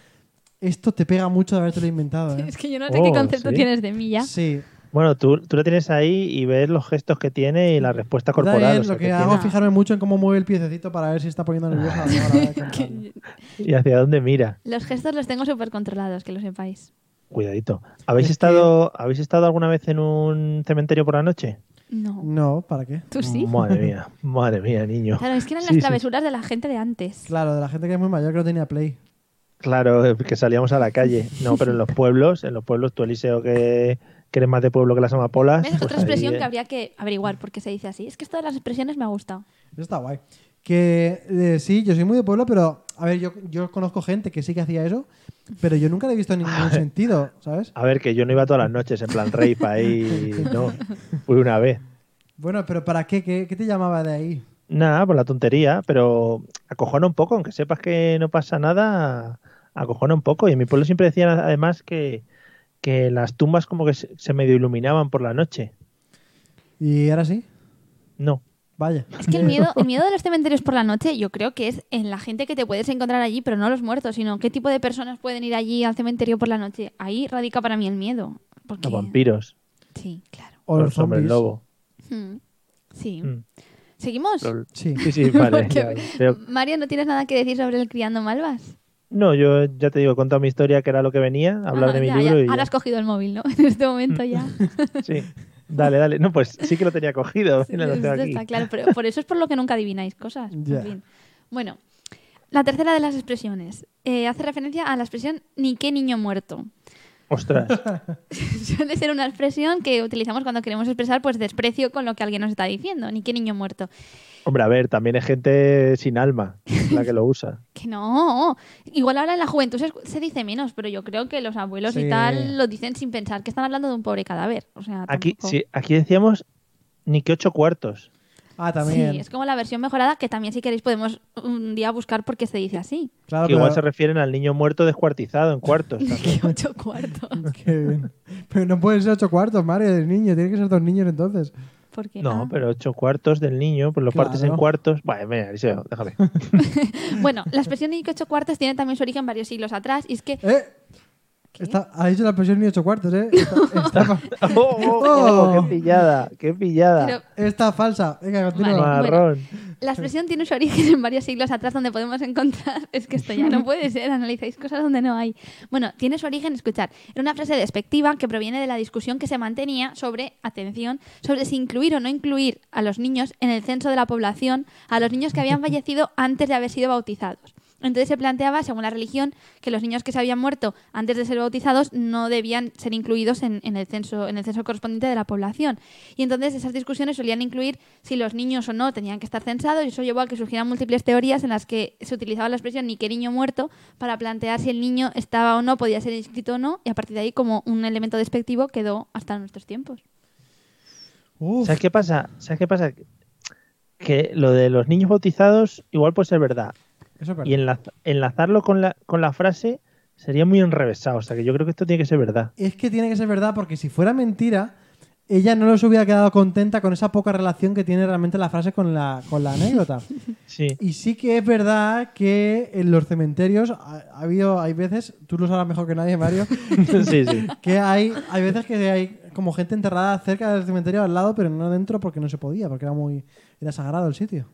Speaker 3: Esto te pega mucho de habértelo inventado, ¿eh?
Speaker 4: es que yo no sé
Speaker 1: Oh,
Speaker 4: qué concepto
Speaker 1: ¿sí?
Speaker 4: tienes de mí ya.
Speaker 3: Sí.
Speaker 1: Bueno, tú, tú lo tienes ahí y ves los gestos que tiene y la respuesta corporal.
Speaker 3: También
Speaker 1: o sea,
Speaker 3: lo
Speaker 1: que
Speaker 3: que, hago es
Speaker 1: tiene.
Speaker 3: fijarme mucho en cómo mueve el piececito para ver si está poniendo nerviosa a la hora de contarlo.
Speaker 1: Y hacia dónde mira.
Speaker 4: Los gestos los tengo súper controlados, que lo sepáis.
Speaker 1: Cuidadito. ¿Habéis
Speaker 3: Es que-
Speaker 1: estado, ¿Habéis estado alguna vez en un cementerio por la noche?
Speaker 4: No.
Speaker 3: No, ¿para qué?
Speaker 4: ¿Tú sí?
Speaker 1: Madre mía, madre mía, niño.
Speaker 4: Claro, es que eran
Speaker 1: Mm, Sí,
Speaker 4: las
Speaker 1: sí.
Speaker 4: travesuras de la gente de antes.
Speaker 3: Claro, de la gente que es muy mayor que no tenía play.
Speaker 1: Claro, eh, que salíamos a la calle. No, pero en los pueblos, en los pueblos, tú Eliseo que, que eres más de pueblo que las amapolas.
Speaker 4: ¿Ves?
Speaker 1: pues
Speaker 4: Otra
Speaker 1: ahí,
Speaker 4: expresión
Speaker 1: eh.
Speaker 4: que habría que averiguar por qué se dice así. Es que esto de las expresiones me ha gustado.
Speaker 3: Eso está guay. Que eh, sí, yo soy muy de pueblo, pero a ver, yo, yo conozco gente que sí que hacía eso, pero yo nunca le he visto en ningún sentido, ¿sabes?
Speaker 1: A ver, que yo no iba todas las noches en plan rape ahí, no. Fui una vez.
Speaker 3: Bueno, pero ¿para qué? ¿Qué, qué te llamaba de ahí?
Speaker 1: Nada, por la tontería, pero acojona un poco, aunque sepas que no pasa nada, acojona un poco. Y en mi pueblo siempre decían además que, que las tumbas como que se se medio iluminaban por la noche.
Speaker 3: Y ahora sí,
Speaker 1: No.
Speaker 3: vaya.
Speaker 4: Es que el miedo, el miedo de los cementerios por la noche, yo creo que es en la gente que te puedes encontrar allí, pero no los muertos, sino qué tipo de personas pueden ir allí al cementerio por la noche. Ahí radica para mí el miedo. Porque...
Speaker 1: Los vampiros,
Speaker 4: Sí, claro.
Speaker 3: O los
Speaker 1: hombres
Speaker 3: zombies.
Speaker 1: lobo.
Speaker 4: Hmm. Sí.
Speaker 1: Mm.
Speaker 4: ¿Seguimos?
Speaker 1: Los-
Speaker 3: Sí.
Speaker 1: Sí, sí, vale.
Speaker 4: Porque-
Speaker 1: ya, pero-
Speaker 4: Mario, ¿no tienes nada que decir sobre el Criando Malvas?
Speaker 1: no, yo ya te digo, he contado mi historia, que era lo que venía, hablar
Speaker 4: Ah,
Speaker 1: de mi
Speaker 4: ya,
Speaker 1: libro y
Speaker 4: ya.
Speaker 1: ya. Hmm.
Speaker 4: Ahora has cogido el móvil, ¿no? En este momento ya.
Speaker 1: Sí. Dale, dale. No, pues sí que lo tenía cogido.
Speaker 4: Sí,
Speaker 1: mira, lo tengo
Speaker 4: esto
Speaker 1: aquí.
Speaker 4: está claro, pero por eso es por lo que nunca adivináis cosas. en
Speaker 3: Ya.
Speaker 4: fin. Bueno, la tercera de las expresiones eh, hace referencia a la expresión ni qué niño muerto.
Speaker 1: Ostras.
Speaker 4: Suele ser una expresión que utilizamos cuando queremos expresar pues desprecio con lo que alguien nos está diciendo, ni qué niño muerto.
Speaker 1: Hombre, a ver, también hay gente sin alma la que lo usa.
Speaker 4: Que no, igual ahora en la juventud se, se dice menos, pero yo creo que los abuelos
Speaker 3: Sí.
Speaker 4: y tal lo dicen sin pensar que están hablando de un pobre cadáver. O sea,
Speaker 1: Aquí,
Speaker 4: tampoco-
Speaker 1: sí, aquí decíamos ni que ocho cuartos.
Speaker 3: Ah, también.
Speaker 4: Sí, es como la versión mejorada que también si queréis podemos un día buscar por qué se dice así.
Speaker 3: Claro,
Speaker 1: que igual se
Speaker 3: Ah, pero-
Speaker 1: refieren al niño muerto descuartizado en cuartos. también.
Speaker 4: Ocho cuartos.
Speaker 3: Qué bien. Pero no pueden ser ocho cuartos, Mario, del niño. Tienen que ser dos niños entonces.
Speaker 4: Porque,
Speaker 1: No,
Speaker 4: ah.
Speaker 1: pero ocho cuartos del niño, pues lo partes en
Speaker 3: Claro.
Speaker 1: cuartos. Vale, mira, Eliseo, déjame.
Speaker 4: Bueno, la expresión de Nico ocho cuartos tiene también su origen varios siglos atrás y es que
Speaker 3: ¿Eh? Está, ha dicho la expresión ni ocho cuartos, ¿eh? Está, está-
Speaker 1: ¡Oh, oh, oh,
Speaker 3: Oh.
Speaker 1: qué pillada! ¡Qué
Speaker 4: Pero-
Speaker 1: pillada!
Speaker 3: está falsa. Venga, continúa.
Speaker 4: Vale.
Speaker 1: Marrón.
Speaker 4: la expresión tiene su origen en varios siglos atrás donde podemos encontrar, es que esto ya no puede ser, analizáis cosas donde no hay. Bueno, tiene su origen, escuchar, en una frase despectiva que proviene de la discusión que se mantenía sobre, atención, sobre si incluir o no incluir a los niños en el censo de la población, a los niños que habían fallecido antes de haber sido bautizados. Entonces se planteaba, según la religión, que los niños que se habían muerto antes de ser bautizados no debían ser incluidos en, en el censo, en el censo correspondiente de la población. Y entonces esas discusiones solían incluir si los niños o no tenían que estar censados, y eso llevó a que surgieran múltiples teorías en las que se utilizaba la expresión ni que niño muerto para plantear si el niño estaba o no, podía ser inscrito o no, y a partir de ahí, como un elemento despectivo, quedó hasta nuestros tiempos.
Speaker 3: Uf,
Speaker 1: ¿Sabes qué pasa? ¿Sabes qué pasa? Que lo de los niños bautizados igual puede ser verdad.
Speaker 3: eso es verdad.
Speaker 1: Y enlaz- enlazarlo con la, con la frase sería muy enrevesado. O sea, que yo creo que esto tiene que ser verdad.
Speaker 3: Es que tiene que ser verdad porque si fuera mentira, ella no los hubiera quedado contenta con esa poca relación que tiene realmente la frase con la, con la anécdota.
Speaker 1: Sí.
Speaker 3: Y sí que es verdad que en los cementerios ha, ha habido, hay veces, tú lo sabrás mejor que nadie, Mario,
Speaker 1: sí, sí.
Speaker 3: que hay, hay veces que hay como gente enterrada cerca del cementerio al lado, pero no dentro porque no se podía, porque era muy era sagrado el sitio.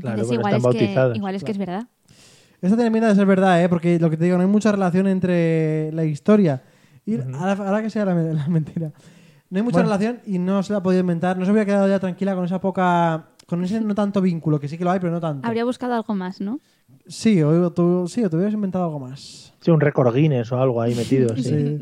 Speaker 1: Claro,
Speaker 4: Entonces,
Speaker 1: bueno,
Speaker 4: igual,
Speaker 1: están
Speaker 4: es
Speaker 1: bautizados,
Speaker 4: que, igual es que es verdad.
Speaker 3: Esto tiene pinta de ser verdad, ¿eh? porque lo que te digo, no hay mucha relación entre la historia y ahora, ahora que sea la, me- la mentira. No hay mucha relación y no se la ha podido inventar. No se hubiera quedado ya tranquila con esa poca. con ese no tanto vínculo, que sí que lo hay, pero no tanto.
Speaker 4: Habría buscado algo más, ¿no?
Speaker 3: Sí, o, tú, sí, o te hubieras inventado algo más.
Speaker 1: Sí, un récord Guinness o algo ahí metido. sí.
Speaker 3: Sí.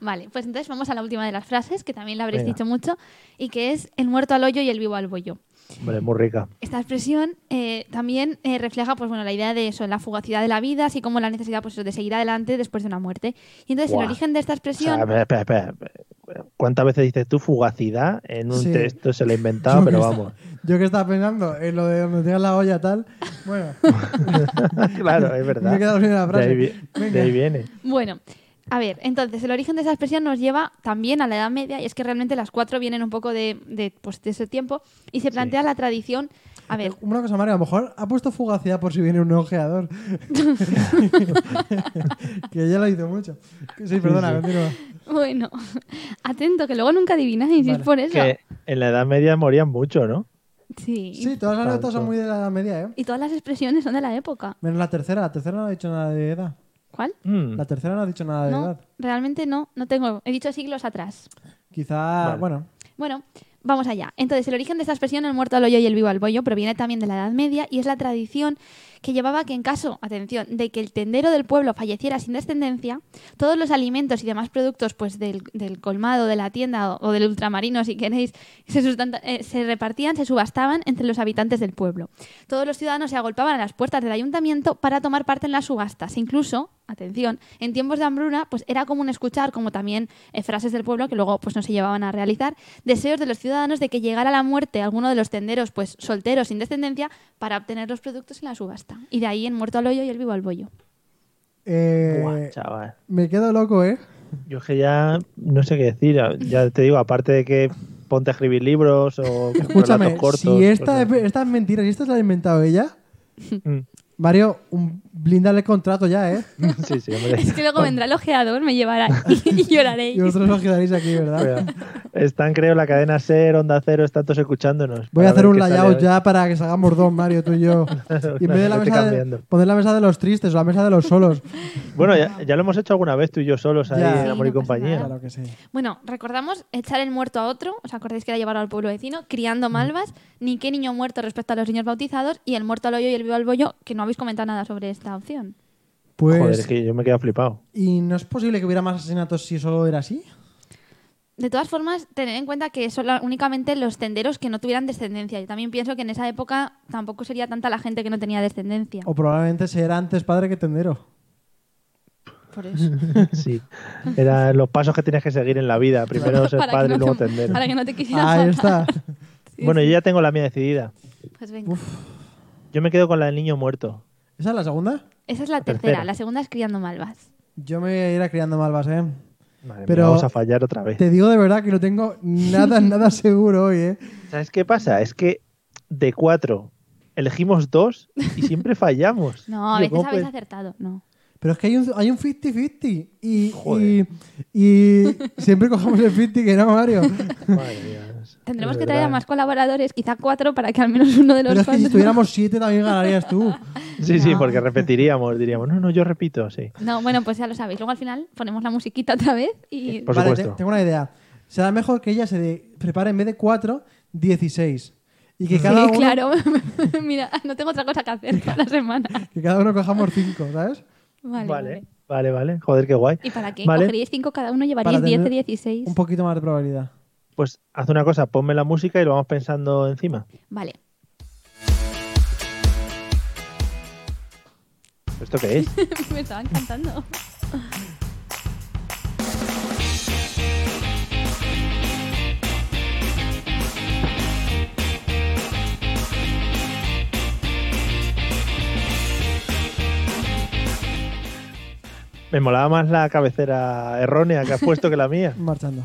Speaker 4: Vale, pues entonces vamos a la última de las frases, que también la habréis
Speaker 1: Venga.
Speaker 4: dicho mucho, y que es el muerto al hoyo y el vivo al bollo.
Speaker 1: Hombre, muy rica.
Speaker 4: Esta expresión eh, también eh, refleja pues, bueno, la idea de eso, la fugacidad de la vida, así como la necesidad pues, eso, de seguir adelante después de una muerte. Y entonces
Speaker 1: Guau.
Speaker 4: el origen de esta
Speaker 1: O sea,
Speaker 4: expresión...
Speaker 1: espera, espera, espera. ¿Cuántas veces dices tú fugacidad? En un
Speaker 3: Sí.
Speaker 1: texto se lo he inventado,
Speaker 3: Yo
Speaker 1: pero
Speaker 3: que
Speaker 1: vamos.
Speaker 3: estaba- yo que estaba pensando en lo de donde tengas la olla tal. Bueno,
Speaker 1: claro, es verdad.
Speaker 3: me he quedado sin la
Speaker 1: de,
Speaker 3: frase.
Speaker 1: ahí, vi-
Speaker 3: Venga.
Speaker 1: de ahí viene.
Speaker 4: Bueno, a ver, entonces el origen de esa expresión nos lleva también a la Edad Media, y es que realmente las cuatro vienen un poco de, de, pues, de ese tiempo, y se plantea la tradición... A ver,
Speaker 3: Una cosa, Mario, a lo mejor ha puesto fugacidad por si viene un ojeador. que ya lo hizo mucho. Sí, perdona, continúa.
Speaker 4: bueno, atento, que luego nunca adivináis, y es
Speaker 3: Vale.
Speaker 4: por eso.
Speaker 1: Que en la Edad Media morían mucho, ¿no?
Speaker 3: Sí, todas las notas son muy de la edad media, ¿eh?
Speaker 4: Y todas las expresiones son de la época.
Speaker 3: Menos la tercera, la tercera no ha dicho nada de edad.
Speaker 4: ¿Cuál?
Speaker 1: Mm.
Speaker 3: La tercera no ha dicho nada de
Speaker 4: No,
Speaker 3: edad.
Speaker 4: realmente no, no tengo. He dicho siglos atrás.
Speaker 3: Quizá,
Speaker 1: Vale.
Speaker 3: bueno,
Speaker 4: Bueno, vamos allá. Entonces, el origen de esta expresión, el muerto al hoyo y el vivo al bollo, proviene también de la Edad Media y es la tradición que llevaba que en caso, atención, de que el tendero del pueblo falleciera sin descendencia, todos los alimentos y demás productos pues del, del colmado, de la tienda o, o del ultramarino, si queréis, se, sustenta- eh, se repartían, se subastaban entre los habitantes del pueblo. Todos los ciudadanos se agolpaban a las puertas del ayuntamiento para tomar parte en las subastas. Incluso, atención, en tiempos de hambruna, pues era común escuchar, como también eh, frases del pueblo que luego pues no se llevaban a realizar, deseos de los ciudadanos de que llegara la muerte a alguno de los tenderos, pues solteros sin descendencia, para obtener los productos en la subasta. Y de ahí el muerto al hoyo y el vivo al bollo.
Speaker 3: Eh,
Speaker 1: Buah, chaval.
Speaker 3: me quedo loco, ¿eh?
Speaker 1: Yo es que ya no sé qué decir. Ya, ya te digo, aparte de que ponte a escribir libros o
Speaker 3: Escúchame,
Speaker 1: relatos cortos.
Speaker 3: si esta,
Speaker 1: o sea,
Speaker 3: es- estas mentiras, si esta la ha inventado ella,
Speaker 1: Mm.
Speaker 3: Mario, un, blindale el contrato ya, ¿eh?
Speaker 1: sí, sí, hombre.
Speaker 4: Es que luego vendrá el ojeador, me llevará y, lloraréis.
Speaker 3: Y vosotros os quedaréis aquí, ¿verdad?
Speaker 1: Cuidado. Están, creo, la cadena Ser, Onda Cero, están todos escuchándonos.
Speaker 3: Voy
Speaker 1: Para
Speaker 3: a hacer
Speaker 1: ver
Speaker 3: un
Speaker 1: qué sale
Speaker 3: layout
Speaker 1: hoy.
Speaker 3: ya para que salgamos dos, Mario, tú y yo. Y en vez de la
Speaker 1: Vete
Speaker 3: mesa de,
Speaker 1: cambiando.
Speaker 3: poner la mesa de los tristes o la mesa de los solos.
Speaker 1: Bueno, ya, ya lo hemos hecho alguna vez tú y yo solos ahí
Speaker 3: Ya.
Speaker 1: en
Speaker 3: Sí,
Speaker 1: Amor y
Speaker 4: no pasa
Speaker 1: Compañía.
Speaker 3: Claro que sí.
Speaker 4: Bueno, recordamos echar el muerto a otro, os acordáis que era llevarlo al pueblo vecino, criando malvas, ni qué niño muerto respecto a los niños bautizados, y el muerto al hoyo y el vivo al bollo, que no habéis comentado nada sobre esta opción.
Speaker 3: Pues,
Speaker 1: Joder, es que yo me he quedado flipado.
Speaker 3: ¿y no es posible que hubiera más asesinatos si eso era así?
Speaker 4: De todas formas, tened en cuenta que son la- únicamente los tenderos que no tuvieran descendencia. Yo también pienso que en esa época tampoco sería tanta la gente que no tenía descendencia.
Speaker 3: O probablemente será antes padre que tendero.
Speaker 4: Por eso.
Speaker 1: Sí. Eran los pasos que tienes que seguir en la vida. Primero ser
Speaker 4: Para que
Speaker 1: padre y
Speaker 4: no
Speaker 1: luego
Speaker 4: te-
Speaker 1: tender.
Speaker 4: Para que no te quisieran
Speaker 3: Ahí
Speaker 4: matar.
Speaker 3: está.
Speaker 4: Sí,
Speaker 1: Bueno,
Speaker 4: sí.
Speaker 1: yo ya tengo la mía decidida.
Speaker 4: Pues venga.
Speaker 1: Yo me quedo con la del niño muerto.
Speaker 3: ¿Esa es la segunda?
Speaker 4: Esa es la tercera.
Speaker 1: tercera.
Speaker 4: La segunda es criando malvas.
Speaker 3: Yo me voy a ir a criando malvas, ¿eh?
Speaker 1: Madre mía,
Speaker 3: Pero-
Speaker 1: vamos a fallar otra vez.
Speaker 3: Te digo de verdad que no tengo nada, nada seguro hoy, ¿eh?
Speaker 1: ¿Sabes qué pasa? Es que de cuatro elegimos dos y siempre fallamos.
Speaker 4: No, a
Speaker 1: Tío,
Speaker 4: veces
Speaker 1: ¿cómo
Speaker 4: habéis
Speaker 1: puede-
Speaker 4: acertado. No.
Speaker 3: Pero es que hay un hay un 50-50. y,
Speaker 1: Joder.
Speaker 3: y, y siempre cogemos el 50 que no, Mario.
Speaker 1: Madre mía.
Speaker 4: Tendremos
Speaker 1: Es
Speaker 4: que traer a
Speaker 1: verdad.
Speaker 4: más colaboradores, quizá cuatro, para que al menos uno de los
Speaker 3: Pero es que si
Speaker 4: cuatro-
Speaker 3: tuviéramos 7 también ganarías tú.
Speaker 1: Sí, sí,
Speaker 4: No.
Speaker 1: porque repetiríamos, diríamos, no, no, yo repito, sí.
Speaker 4: No, bueno, pues ya lo sabéis. Luego al final ponemos la musiquita otra vez y...
Speaker 1: Por
Speaker 3: vale,
Speaker 1: supuesto.
Speaker 3: te- tengo una idea. Será mejor que ella se de- prepare en vez de 4, 16. Y que cada,
Speaker 4: Sí,
Speaker 3: uno,
Speaker 4: claro. Mira, no tengo otra cosa que hacer cada semana.
Speaker 3: que cada uno cojamos 5, ¿sabes?
Speaker 1: Vale,
Speaker 4: Vale, vale.
Speaker 1: vale, vale. Joder, qué guay.
Speaker 4: ¿Y para qué?
Speaker 1: Vale.
Speaker 4: Cogeríais cinco cada uno,
Speaker 3: Para
Speaker 4: llevaríais 10 de
Speaker 3: tener
Speaker 4: 16.
Speaker 3: Un poquito más de probabilidad.
Speaker 1: Pues haz una cosa, ponme la música y lo vamos pensando encima.
Speaker 4: Vale.
Speaker 1: ¿Esto qué es?
Speaker 4: Me estaban cantando.
Speaker 1: Me molaba más la cabecera errónea que has puesto que la mía.
Speaker 3: Marchando.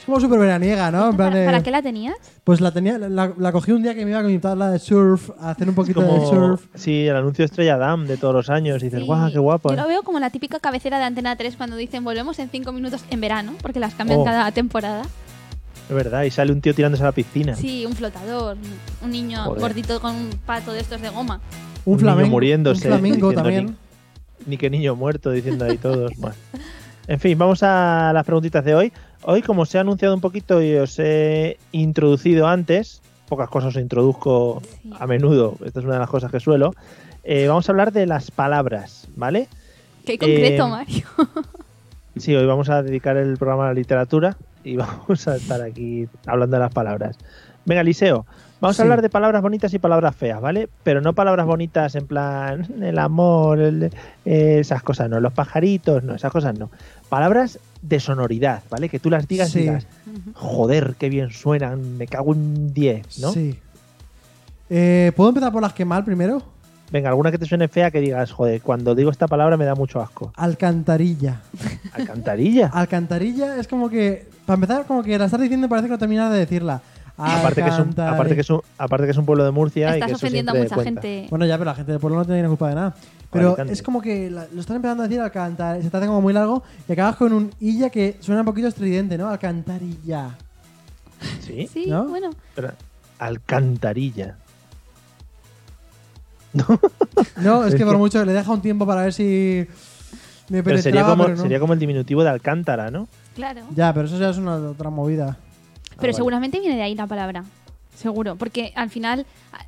Speaker 3: es como súper veraniega, ¿no? En plan
Speaker 4: ¿Para,
Speaker 3: de-
Speaker 4: para qué la tenías?
Speaker 3: Pues la, tenía, la, la cogí un día que me iba con mi tabla de surf a hacer un poquito de
Speaker 1: Como,
Speaker 3: surf.
Speaker 1: sí, el anuncio de Estrella Damm de todos los años. Y dices,
Speaker 4: Sí.
Speaker 1: guau, qué guapo.
Speaker 4: Yo
Speaker 1: ¿eh?".
Speaker 4: lo veo como la típica cabecera de Antena 3 cuando dicen volvemos en 5 minutos en verano, porque las cambian
Speaker 1: Oh.
Speaker 4: cada temporada.
Speaker 1: Es verdad, y sale un tío tirándose a la piscina.
Speaker 4: Sí, un flotador, un niño
Speaker 1: Joder.
Speaker 4: gordito con un pato de estos de goma.
Speaker 1: un niño
Speaker 3: flamenco.
Speaker 1: muriéndose,
Speaker 3: Un flamenco
Speaker 1: diciendo
Speaker 3: también.
Speaker 1: ni- Ni que niño muerto, diciendo ahí todos. Bueno. En fin, vamos a las preguntitas de hoy. Hoy, como os he anunciado un poquito y os he introducido antes, pocas cosas os introduzco
Speaker 4: Sí.
Speaker 1: a menudo, esta es una de las cosas que suelo, eh, vamos a hablar de las palabras, ¿vale?
Speaker 4: Qué concreto,
Speaker 1: Eh,
Speaker 4: Mario.
Speaker 1: Sí, hoy vamos a dedicar el programa a la literatura y vamos a estar aquí hablando de las palabras. Venga, Eliseo, vamos
Speaker 3: Sí.
Speaker 1: a hablar de palabras bonitas y palabras feas, ¿vale? Pero no palabras bonitas en plan el amor, el- eh, esas cosas no, los pajaritos, no, esas cosas no. Palabras de sonoridad, ¿vale? Que tú las digas
Speaker 3: Sí.
Speaker 1: y digas, joder, qué bien suenan, me cago en 10, ¿no?
Speaker 3: Sí. Eh, ¿Puedo empezar por las que mal primero?
Speaker 1: Venga, alguna que te suene fea que digas, joder, cuando digo esta palabra me da mucho asco.
Speaker 3: Alcantarilla.
Speaker 1: Alcantarilla.
Speaker 3: Alcantarilla es como que. Para empezar, como que la estás diciendo y parece que no terminas de decirla.
Speaker 1: Aparte que, es un,
Speaker 3: Alcantari-
Speaker 1: aparte, que es un, aparte que es un pueblo de Murcia y
Speaker 4: Estás
Speaker 1: que eso
Speaker 4: ofendiendo a
Speaker 1: siempre
Speaker 4: mucha
Speaker 1: cuenta.
Speaker 4: gente.
Speaker 3: Bueno, ya, pero la gente del pueblo no tiene culpa de nada. Pero
Speaker 1: Alicante.
Speaker 3: es como que la- lo están empezando a decir alcantarilla. Se te hace como muy largo y acabas con un illa que suena un poquito estridente, ¿no? Alcantarilla.
Speaker 1: Sí.
Speaker 4: sí,
Speaker 3: ¿no?
Speaker 4: bueno.
Speaker 1: Espera. Alcantarilla.
Speaker 3: No, es
Speaker 1: Es
Speaker 3: que por
Speaker 1: que-
Speaker 3: mucho le deja un tiempo para ver si me
Speaker 1: Pero sería
Speaker 3: penetraba,
Speaker 1: como,
Speaker 3: pero no.
Speaker 1: sería como el diminutivo de alcántara, ¿no?
Speaker 4: Claro.
Speaker 3: Ya, pero eso ya es una otra movida.
Speaker 4: Pero
Speaker 1: vale.
Speaker 4: seguramente viene de ahí la palabra. seguro. Porque al final,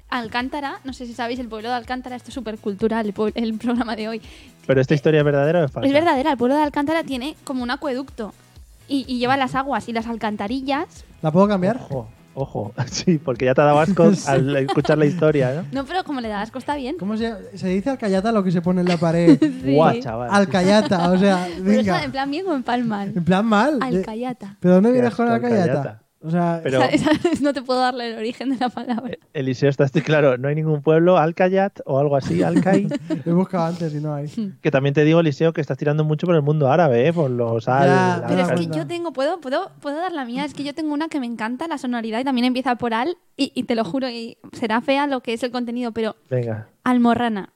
Speaker 4: a- Alcántara, no sé si sabéis, el pueblo de Alcántara, esto es súper cultural, el, pue- el programa de hoy.
Speaker 1: Pero esta historia es verdadera o es falsa.
Speaker 4: Es verdadera, el pueblo de Alcántara tiene como un acueducto y, y lleva las aguas y las alcantarillas.
Speaker 3: ¿La puedo cambiar?
Speaker 1: Ojo, ojo. Sí, porque ya te ha dado asco al escuchar la historia, ¿no?
Speaker 4: No, pero como le das, está bien.
Speaker 3: ¿Cómo se, se dice alcayata lo que se pone en la pared?
Speaker 4: Sí.
Speaker 1: Guau, chaval.
Speaker 3: Alcayata, o sea,
Speaker 4: Pero está
Speaker 3: venga.
Speaker 4: en plan bien o en plan mal.
Speaker 3: En plan eh. mal. de-
Speaker 4: Alcayata.
Speaker 3: ¿Pero dónde
Speaker 1: Qué
Speaker 3: vienes con
Speaker 1: asco,
Speaker 3: alcayata?
Speaker 1: alcayata.
Speaker 3: O sea,
Speaker 1: Pero-
Speaker 4: no te puedo darle el origen de la palabra.
Speaker 1: Eliseo, estás claro, no hay ningún pueblo, Alcayat o algo así, Alcay.
Speaker 3: he buscado antes y no hay.
Speaker 1: que también te digo, Eliseo, que estás tirando mucho por el mundo árabe, ¿eh? Por los al.
Speaker 3: Ya,
Speaker 1: al-
Speaker 4: Pero es que
Speaker 3: cuenta.
Speaker 4: yo tengo, puedo, puedo, puedo dar la mía, es que yo tengo una que me encanta la sonoridad y también empieza por al, y, y te lo juro, y será fea lo que es el contenido, pero
Speaker 1: Venga.
Speaker 4: almorrana.